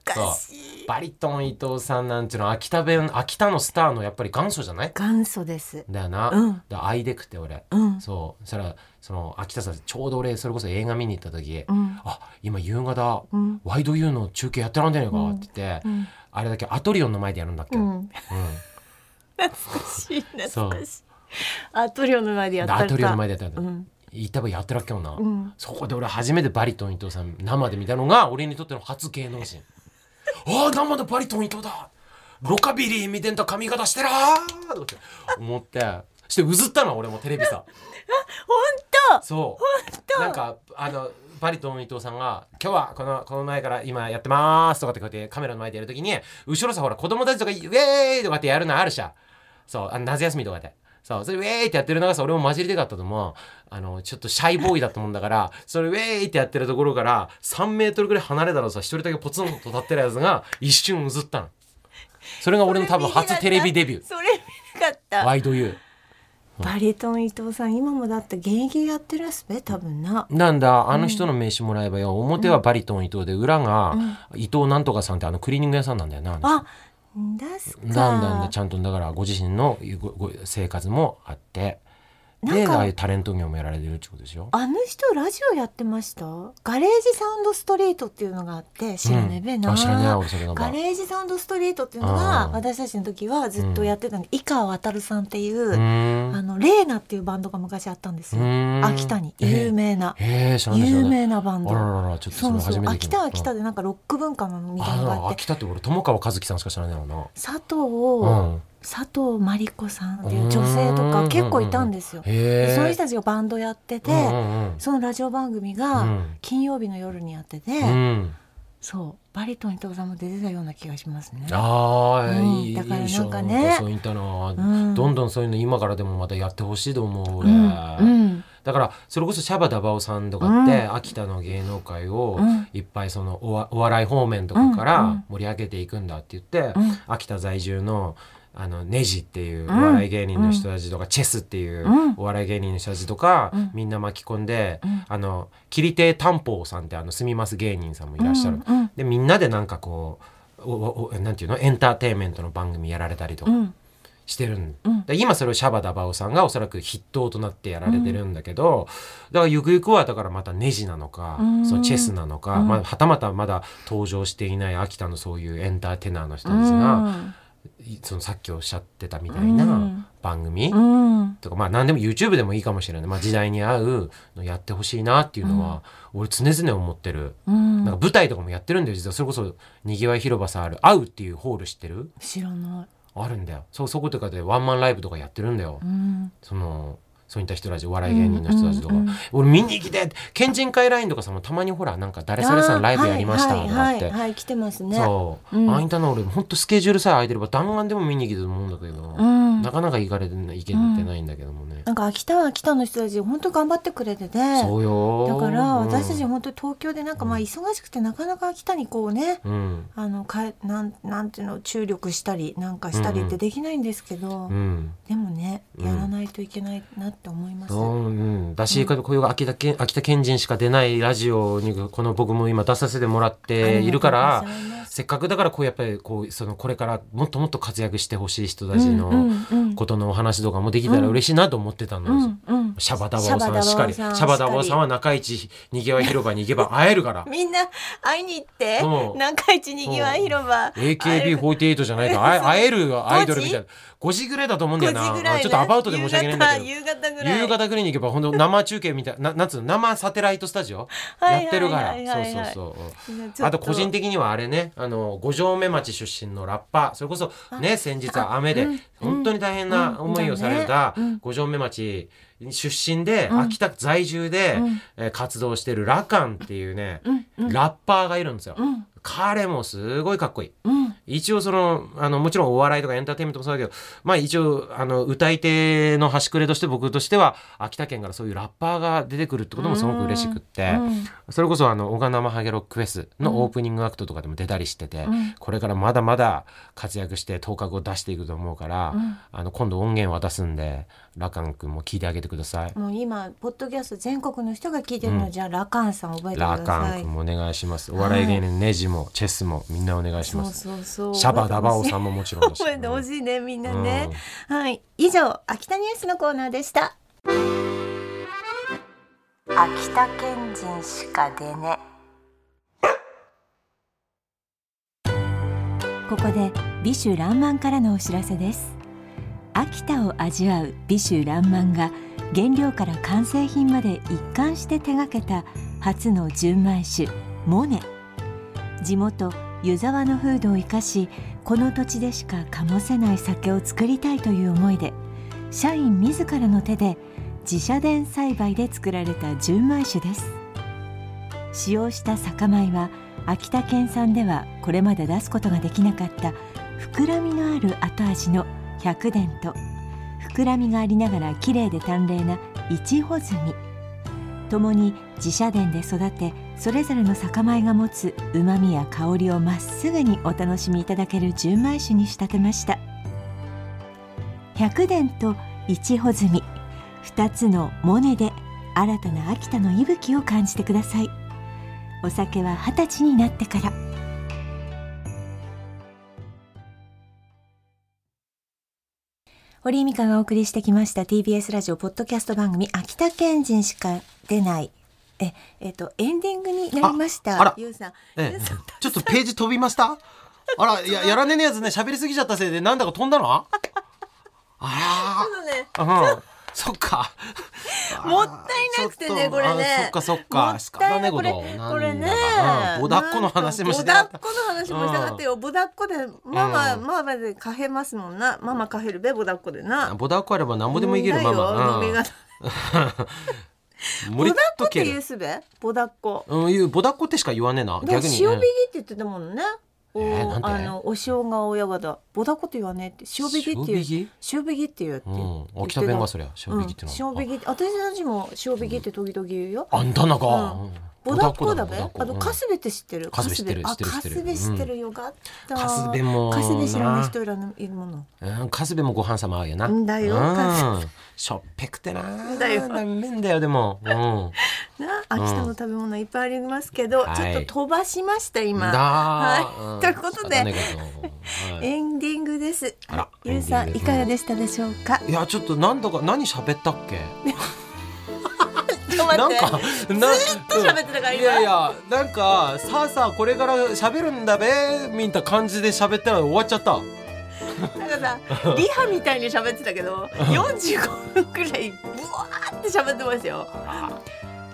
Speaker 1: 懐かしい
Speaker 2: バリトン伊藤さんなんていうのは秋田弁秋田のスターのやっぱり元祖じゃない
Speaker 1: 元祖です
Speaker 2: だよな、
Speaker 1: うん
Speaker 2: だアイデクって俺、
Speaker 1: うん
Speaker 2: そうそしたらその秋田さんちょうど俺それこそ映画見に行った時、
Speaker 1: うん
Speaker 2: あ今夕方、
Speaker 1: うん
Speaker 2: ワイドユーの中継やってらんじゃねえかって言って、
Speaker 1: うん
Speaker 2: あれだっけアトリオンの前でやるんだっけ、
Speaker 1: う
Speaker 2: うん
Speaker 1: ん懐かしい懐かしいアトリオの前でやった
Speaker 2: アトリオの前でやったんだ、
Speaker 1: うん
Speaker 2: 行ったばやってらっけもな、
Speaker 1: ん
Speaker 2: そこで俺初めてバリトン伊藤さん生で見たのが俺にとっての初芸能人ああ生のバリトン伊藤だロカビリー見てんと髪型してらーとかって思ってしてうずったの俺もテレビさ
Speaker 1: 本
Speaker 2: そうなんかあのバリトン伊藤さんが「今日はこのこの前から今やってます」とかってこうやってカメラの前でやるときに後ろさほら子供たちとか「イエーイ!」とかってやるのあるしゃそうあの夏休みとかで。そうそれウェーイってやってるのがさ俺も混じりでかったと思うあのちょっとシャイボーイだったもんだからそれウェーイってやってるところから3メートルぐらい離れたらさ一人だけポツンと立ってるやつが一瞬うずったのそれが俺の多分初テレビデビュ
Speaker 1: 当それ見なかっ
Speaker 2: ー
Speaker 1: た
Speaker 2: ワイドユー
Speaker 1: バリトン伊藤さん今もだって現役やってるっすべ多分な
Speaker 2: なんだあの人の名刺もらえばよ、表はバリトン伊藤で裏が伊藤なんとかさんってあのクリーニング屋さんなんだよな。
Speaker 1: あ出すか
Speaker 2: なんだなんだちゃんとだからご自身のごご生活もあって
Speaker 1: なん
Speaker 2: で
Speaker 1: か
Speaker 2: ああいうタレント業もやられてるってことでしょ
Speaker 1: あの人ラジオやってましたガレージサウンドストリートっていうのがあって知らねえべ
Speaker 2: うん
Speaker 1: な、
Speaker 2: あ知らねえ俺それが
Speaker 1: ガレージサウンドストリートっていうのが
Speaker 2: うん
Speaker 1: 私たちの時はずっとやってたの、井川渉さんっていうう、
Speaker 2: ーん
Speaker 1: あのレーナっていうバンドが昔あったんですよ、
Speaker 2: うーん
Speaker 1: 秋田に有名な、
Speaker 2: へえ知らない知ら
Speaker 1: 有
Speaker 2: ない
Speaker 1: 名なバンド
Speaker 2: あららららちょっとそ
Speaker 1: そ
Speaker 2: れ
Speaker 1: うそ
Speaker 2: 初
Speaker 1: う
Speaker 2: めて
Speaker 1: 秋田は秋田
Speaker 2: で
Speaker 1: でなんかロック文化のみたいなのがあって
Speaker 2: 秋田って俺友川一樹さんしか知らないのな
Speaker 1: 佐藤、
Speaker 2: うん
Speaker 1: 佐藤真理子さんっていう女性とか結構いたんですよ、
Speaker 2: へ
Speaker 1: で
Speaker 2: え
Speaker 1: その人たちがバンドやってて、
Speaker 2: うんうんうん
Speaker 1: そのラジオ番組
Speaker 2: う
Speaker 1: が
Speaker 2: ん
Speaker 1: 金曜日の夜にやってて、
Speaker 2: うん
Speaker 1: そうバリトン伊藤さんも出てたような気がしますね。
Speaker 2: ああ、
Speaker 1: うん
Speaker 2: いい
Speaker 1: だから
Speaker 2: いい
Speaker 1: なんかね
Speaker 2: 商品そういったな、
Speaker 1: うん
Speaker 2: どんどんそういうの今からでもまたやってほしいと思う
Speaker 1: う
Speaker 2: 俺、
Speaker 1: んうん
Speaker 2: だからそれこそシャバダバオさんとかって、
Speaker 1: う
Speaker 2: 秋田の芸能界を
Speaker 1: うん
Speaker 2: いっぱいそのおわお笑い方面とかか
Speaker 1: うんう
Speaker 2: ら
Speaker 1: ん
Speaker 2: 盛り上げていくんだって言って、
Speaker 1: うん
Speaker 2: 秋田在住のあのネジっていうお
Speaker 1: ん
Speaker 2: 笑い芸人の人たちとか、チェスっていう
Speaker 1: うん
Speaker 2: お笑い芸人の人たちとか、
Speaker 1: うん
Speaker 2: みんな巻き込んで、
Speaker 1: うん
Speaker 2: あの切り手担保さんってあの住みます芸人さんもいらっしゃる、
Speaker 1: うんうん
Speaker 2: でみんなでなんかこうおおおなんていうのエンターテインメントの番組やられたりと
Speaker 1: う
Speaker 2: か
Speaker 1: ん
Speaker 2: してるん、
Speaker 1: うん
Speaker 2: で今それをシャバダバオさんがおそらく筆頭となってやられてるんだけど、だからゆくゆくはだからまたネジなのか、
Speaker 1: うん
Speaker 2: そのチェスなのか、
Speaker 1: うん
Speaker 2: まあ、はたまたまだ登場していない秋田のそういうエンターテイナーの人
Speaker 1: う
Speaker 2: たちが、
Speaker 1: ん
Speaker 2: いそのさっきおっしゃってたみたいな番組、
Speaker 1: うん
Speaker 2: とかまあ何でも YouTube でもいいかもしれない、まあ、時代に合うのやってほしいなっていうのは、俺常々思ってる。
Speaker 1: うん
Speaker 2: なんか舞台とかもやってるんだよ実はそれこそにぎわい広場さんある「会う」っていうホール知ってる
Speaker 1: 知らない。
Speaker 2: あるんだよそうそことかでワンマンライブとかやってるんだよ、
Speaker 1: うん
Speaker 2: そのそういった人たちお笑い芸人の人たちとか、
Speaker 1: うんうんうん
Speaker 2: 俺見に行きて県人会ラインとかさもうたまにほらなんか誰それさんライブやりました
Speaker 1: あー
Speaker 2: とか
Speaker 1: は
Speaker 2: っ
Speaker 1: いは
Speaker 2: て
Speaker 1: い、はいはい来てますね。
Speaker 2: そう、
Speaker 1: うん
Speaker 2: ああいったの俺ほんとスケジュールさえ空いてれば弾丸でも見に行きたいと思うんだけど、
Speaker 1: うん
Speaker 2: なかなか行かれてない行けてないんだけどもね、に
Speaker 1: なんか秋田は秋田の人たち本当頑張ってくれてて
Speaker 2: そうよ
Speaker 1: だ
Speaker 2: ー
Speaker 1: から私たち
Speaker 2: うん
Speaker 1: 本当東京でなんかまあ忙しくてなかなか秋田にこうね、
Speaker 2: うん、
Speaker 1: あのかえなんなんていうの注力したりなんかしたりってできないんですけど、
Speaker 2: うん
Speaker 1: でもね
Speaker 2: うん
Speaker 1: やらないといけないなって思います。
Speaker 2: そううん、だし、こういう秋田県秋田県人しか出ないラジオにこの僕も今出させてもらっているから
Speaker 1: ありがとうございます
Speaker 2: せっかくだからこうやっぱりこうそのこれからもっともっと活躍してほしい人たち
Speaker 1: うん
Speaker 2: の
Speaker 1: うんうん
Speaker 2: ことのお話とかもできたら嬉しいなと思ってたの、
Speaker 1: うんうん
Speaker 2: シャバダバオさんしかりシ
Speaker 1: シャバダバオさん
Speaker 2: ャバダバオさんは中市にぎわい広場に行けば会えるから
Speaker 1: みんな会いに行って
Speaker 2: うん
Speaker 1: 中市にぎわい広場
Speaker 2: AKB48 じゃない かあえ会えるアイドルみたいな5時ぐらいだと思うんだよな
Speaker 1: 5時ぐらいね
Speaker 2: ちょっとアバウトで申し訳ないんだけど
Speaker 1: 夕方夕方ぐらい
Speaker 2: 夕方ぐらいに行けば本当生中継みたいなななんつうの生サテライトスタジオ
Speaker 1: はいはい
Speaker 2: やってるから
Speaker 1: はいはいはい
Speaker 2: そうそうそう
Speaker 1: いやちょっ
Speaker 2: あと個人的にはあれねあの五条目町出身のラッパーそれこそね先日は雨で本当に大変な思いをされた
Speaker 1: うんうん
Speaker 2: 五条目町出身で
Speaker 1: うん
Speaker 2: 秋田在住で
Speaker 1: うん
Speaker 2: えー活動してるラカンっていうね
Speaker 1: うんうん
Speaker 2: ラッパーがいるんですよ
Speaker 1: うん
Speaker 2: 彼もすごいかっこいい
Speaker 1: うん
Speaker 2: 一応そのあのもちろんお笑いとかエンターテインメントもそうだけどまあ一応あの歌い手の端くれとして僕としては秋田県からそういうラッパーが出てくるってこともすごく嬉しくって
Speaker 1: うん
Speaker 2: それこそあの小川生ハゲロックフェスのオープニングアクトとかでも出たりしてて、
Speaker 1: うん
Speaker 2: これからまだまだ活躍して頭角を出していくと思うから、あの今度音源渡すんでラカン君も聞いてあげてください。
Speaker 1: もう今ポッドキャスト全国の人が聞いてるの、じゃあラカンさん覚えてく
Speaker 2: ラ
Speaker 1: だ
Speaker 2: カ
Speaker 1: さ
Speaker 2: ン
Speaker 1: い
Speaker 2: 君。もお願いします。お笑い芸人ネジもチェスもみんなお願いし
Speaker 1: そう
Speaker 2: ます。
Speaker 1: そうそう。
Speaker 2: シャバダバオさんももちろんだし。
Speaker 1: 覚えてほしいねみんなね、はい以上秋田ニュースのコーナーでした秋田県人しか出ねここで美酒ランマンからのお知らせです秋田を味わう美酒ランマンが原料から完成品まで一貫して手掛けた初の純米酒モネ地元湯沢の風土を生かしこの土地でしか醸せない酒を作りたいという思いで社員自らの手で自社田栽培で作られた純米酒です使用した酒米は秋田県産ではこれまで出すことができなかった膨らみのある後味の百田と膨らみがありながら綺麗で淡麗な一穂積みともに自社田で育てそれぞれの酒米が持つ旨味や香りをまっすぐにお楽しみいただける純米酒に仕立てました百田と一穂積み2つのモネで新たな秋田の息吹を感じてくださいお酒は二十歳になってから堀井美香がお送りしてきました TBS ラジオポッドキャスト番組秋田県人しか出ないええっとエンディングになりまし
Speaker 2: ああ
Speaker 1: た
Speaker 2: ら
Speaker 1: ゆうさん
Speaker 2: ええ、ちょっとページ飛びましたあらややらねえやつね喋りすぎちゃったせいでなんだか飛んだのあら
Speaker 1: そうね
Speaker 2: ー うんそっ か
Speaker 1: もったいなくてね
Speaker 2: あー
Speaker 1: これね
Speaker 2: あーそっかそっ
Speaker 1: も
Speaker 2: か
Speaker 1: っ
Speaker 2: 仕
Speaker 1: た
Speaker 2: 方
Speaker 1: い
Speaker 2: ね
Speaker 1: な
Speaker 2: えこ
Speaker 1: これ
Speaker 2: と
Speaker 1: これね
Speaker 2: ボダッコの話もし
Speaker 1: ボ
Speaker 2: てな
Speaker 1: ダ
Speaker 2: かっ
Speaker 1: ッ
Speaker 2: た
Speaker 1: コの話もしたかったよボダッコでママ、ママでかへますもんなママかへるべボダッコでな
Speaker 2: ボダッコあれば何ぼでもいける
Speaker 1: ない
Speaker 2: マ
Speaker 1: よ
Speaker 2: マ
Speaker 1: 飲みが
Speaker 2: うん
Speaker 1: ボダッ
Speaker 2: もりっ
Speaker 1: コ
Speaker 2: と
Speaker 1: って
Speaker 2: け
Speaker 1: 言う
Speaker 2: る
Speaker 1: すべボダッコ
Speaker 2: うんいうボダッコってしか言わねえな
Speaker 1: だから
Speaker 2: 逆
Speaker 1: 塩
Speaker 2: に
Speaker 1: 引きって
Speaker 2: ね
Speaker 1: 言ってたもんねお
Speaker 2: えーなんで
Speaker 1: あのお塩が親がだボダッコって言わねえって塩引きって言
Speaker 2: 塩
Speaker 1: う
Speaker 2: 引
Speaker 1: 塩引きって言うって
Speaker 2: う
Speaker 1: 言
Speaker 2: ん
Speaker 1: ってた
Speaker 2: 秋田弁がそりゃ塩引きっての
Speaker 1: うん、塩引き私たちも塩引きって時々言うよ、
Speaker 2: あんたなか
Speaker 1: うん
Speaker 2: うん
Speaker 1: ボダッコだべ。
Speaker 2: ボダッコ
Speaker 1: あのカスベって知ってる。
Speaker 2: カスベ知ってる
Speaker 1: カスベあ、
Speaker 2: 知っ
Speaker 1: カ
Speaker 2: てる
Speaker 1: スベ知ってるよかった。
Speaker 2: カスベも
Speaker 1: カスベ知らない人いらないもの。
Speaker 2: うん、カスベもご飯様合うよな。
Speaker 1: んだよ
Speaker 2: う
Speaker 1: カ
Speaker 2: ん、しょっぺくてな。
Speaker 1: だよ
Speaker 2: 麺だよ、でも。う
Speaker 1: な、秋田の食べ物いっぱいありますけど、
Speaker 2: はい
Speaker 1: ちょっと飛ばしました
Speaker 2: ん。
Speaker 1: 今。
Speaker 2: だー。
Speaker 1: はいということで
Speaker 2: 仕方ないけどはい
Speaker 1: エンディングです
Speaker 2: あら。
Speaker 1: ゆうさ
Speaker 2: エン
Speaker 1: ん
Speaker 2: デ
Speaker 1: い
Speaker 2: ィングですね
Speaker 1: かがでしたでしょうか。
Speaker 2: いや、ちょっと、なんだか、何喋ったっけ。
Speaker 1: ちょっと
Speaker 2: な ん
Speaker 1: 待って。
Speaker 2: か、なずっ
Speaker 1: と喋ってたから今
Speaker 2: いやいや、なんか、さあさあ、これから喋るんだべ、みたいな感じで喋ったら、終わっちゃった。
Speaker 1: なんかさ、リハみたいに喋ってたけど、45分くらいブワーって喋ってましたよ。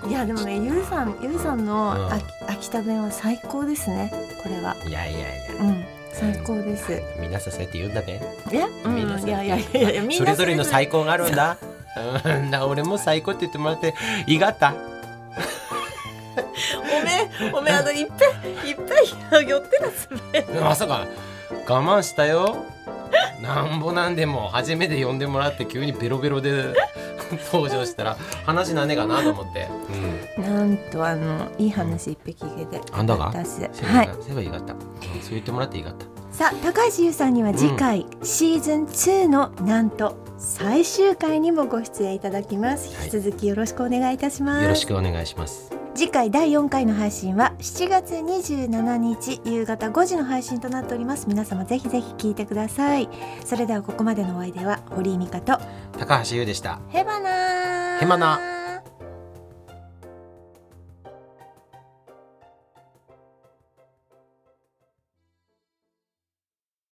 Speaker 1: いやでもね、ゆうさんゆうさんの秋秋田弁は最高ですね。これは。
Speaker 2: いやいやいや。
Speaker 1: うん、最高です。
Speaker 2: みんなさせって言うんだね。
Speaker 1: え、うん、
Speaker 2: みんなさ
Speaker 1: いやいやいやいや、みん
Speaker 2: そ
Speaker 1: な
Speaker 2: れぞれの最高があるんだ。うん、な俺も最高って言ってもらって、いがった。
Speaker 1: おめえ、おめえ、あの、いっぺん、いっぺん、寄ってたすべ。
Speaker 2: まさか我慢 したよなんぼなんでも初めて呼んでもらって急にベロベロで登場したら話なんねがなと思って、うん、
Speaker 3: なんとあのいい話一匹毛で
Speaker 2: あんだが
Speaker 3: 私
Speaker 2: せば
Speaker 3: はい
Speaker 2: いがせばいいがった、うんそう言ってもらっていいがった
Speaker 3: さあ高橋優さんには次回、シーズン2のなんと最終回にもご出演いただきます
Speaker 2: はい
Speaker 3: 引き続きよろしくお願いいたします、
Speaker 2: よろしくお願いします
Speaker 3: 次回第4回の配信は7月27日夕方5時の配信となっております皆様ぜひぜひ聞いてくださいそれではここまでのお相手は堀井美香と
Speaker 2: 高橋優でした
Speaker 3: ヘバナー
Speaker 2: ヘバナ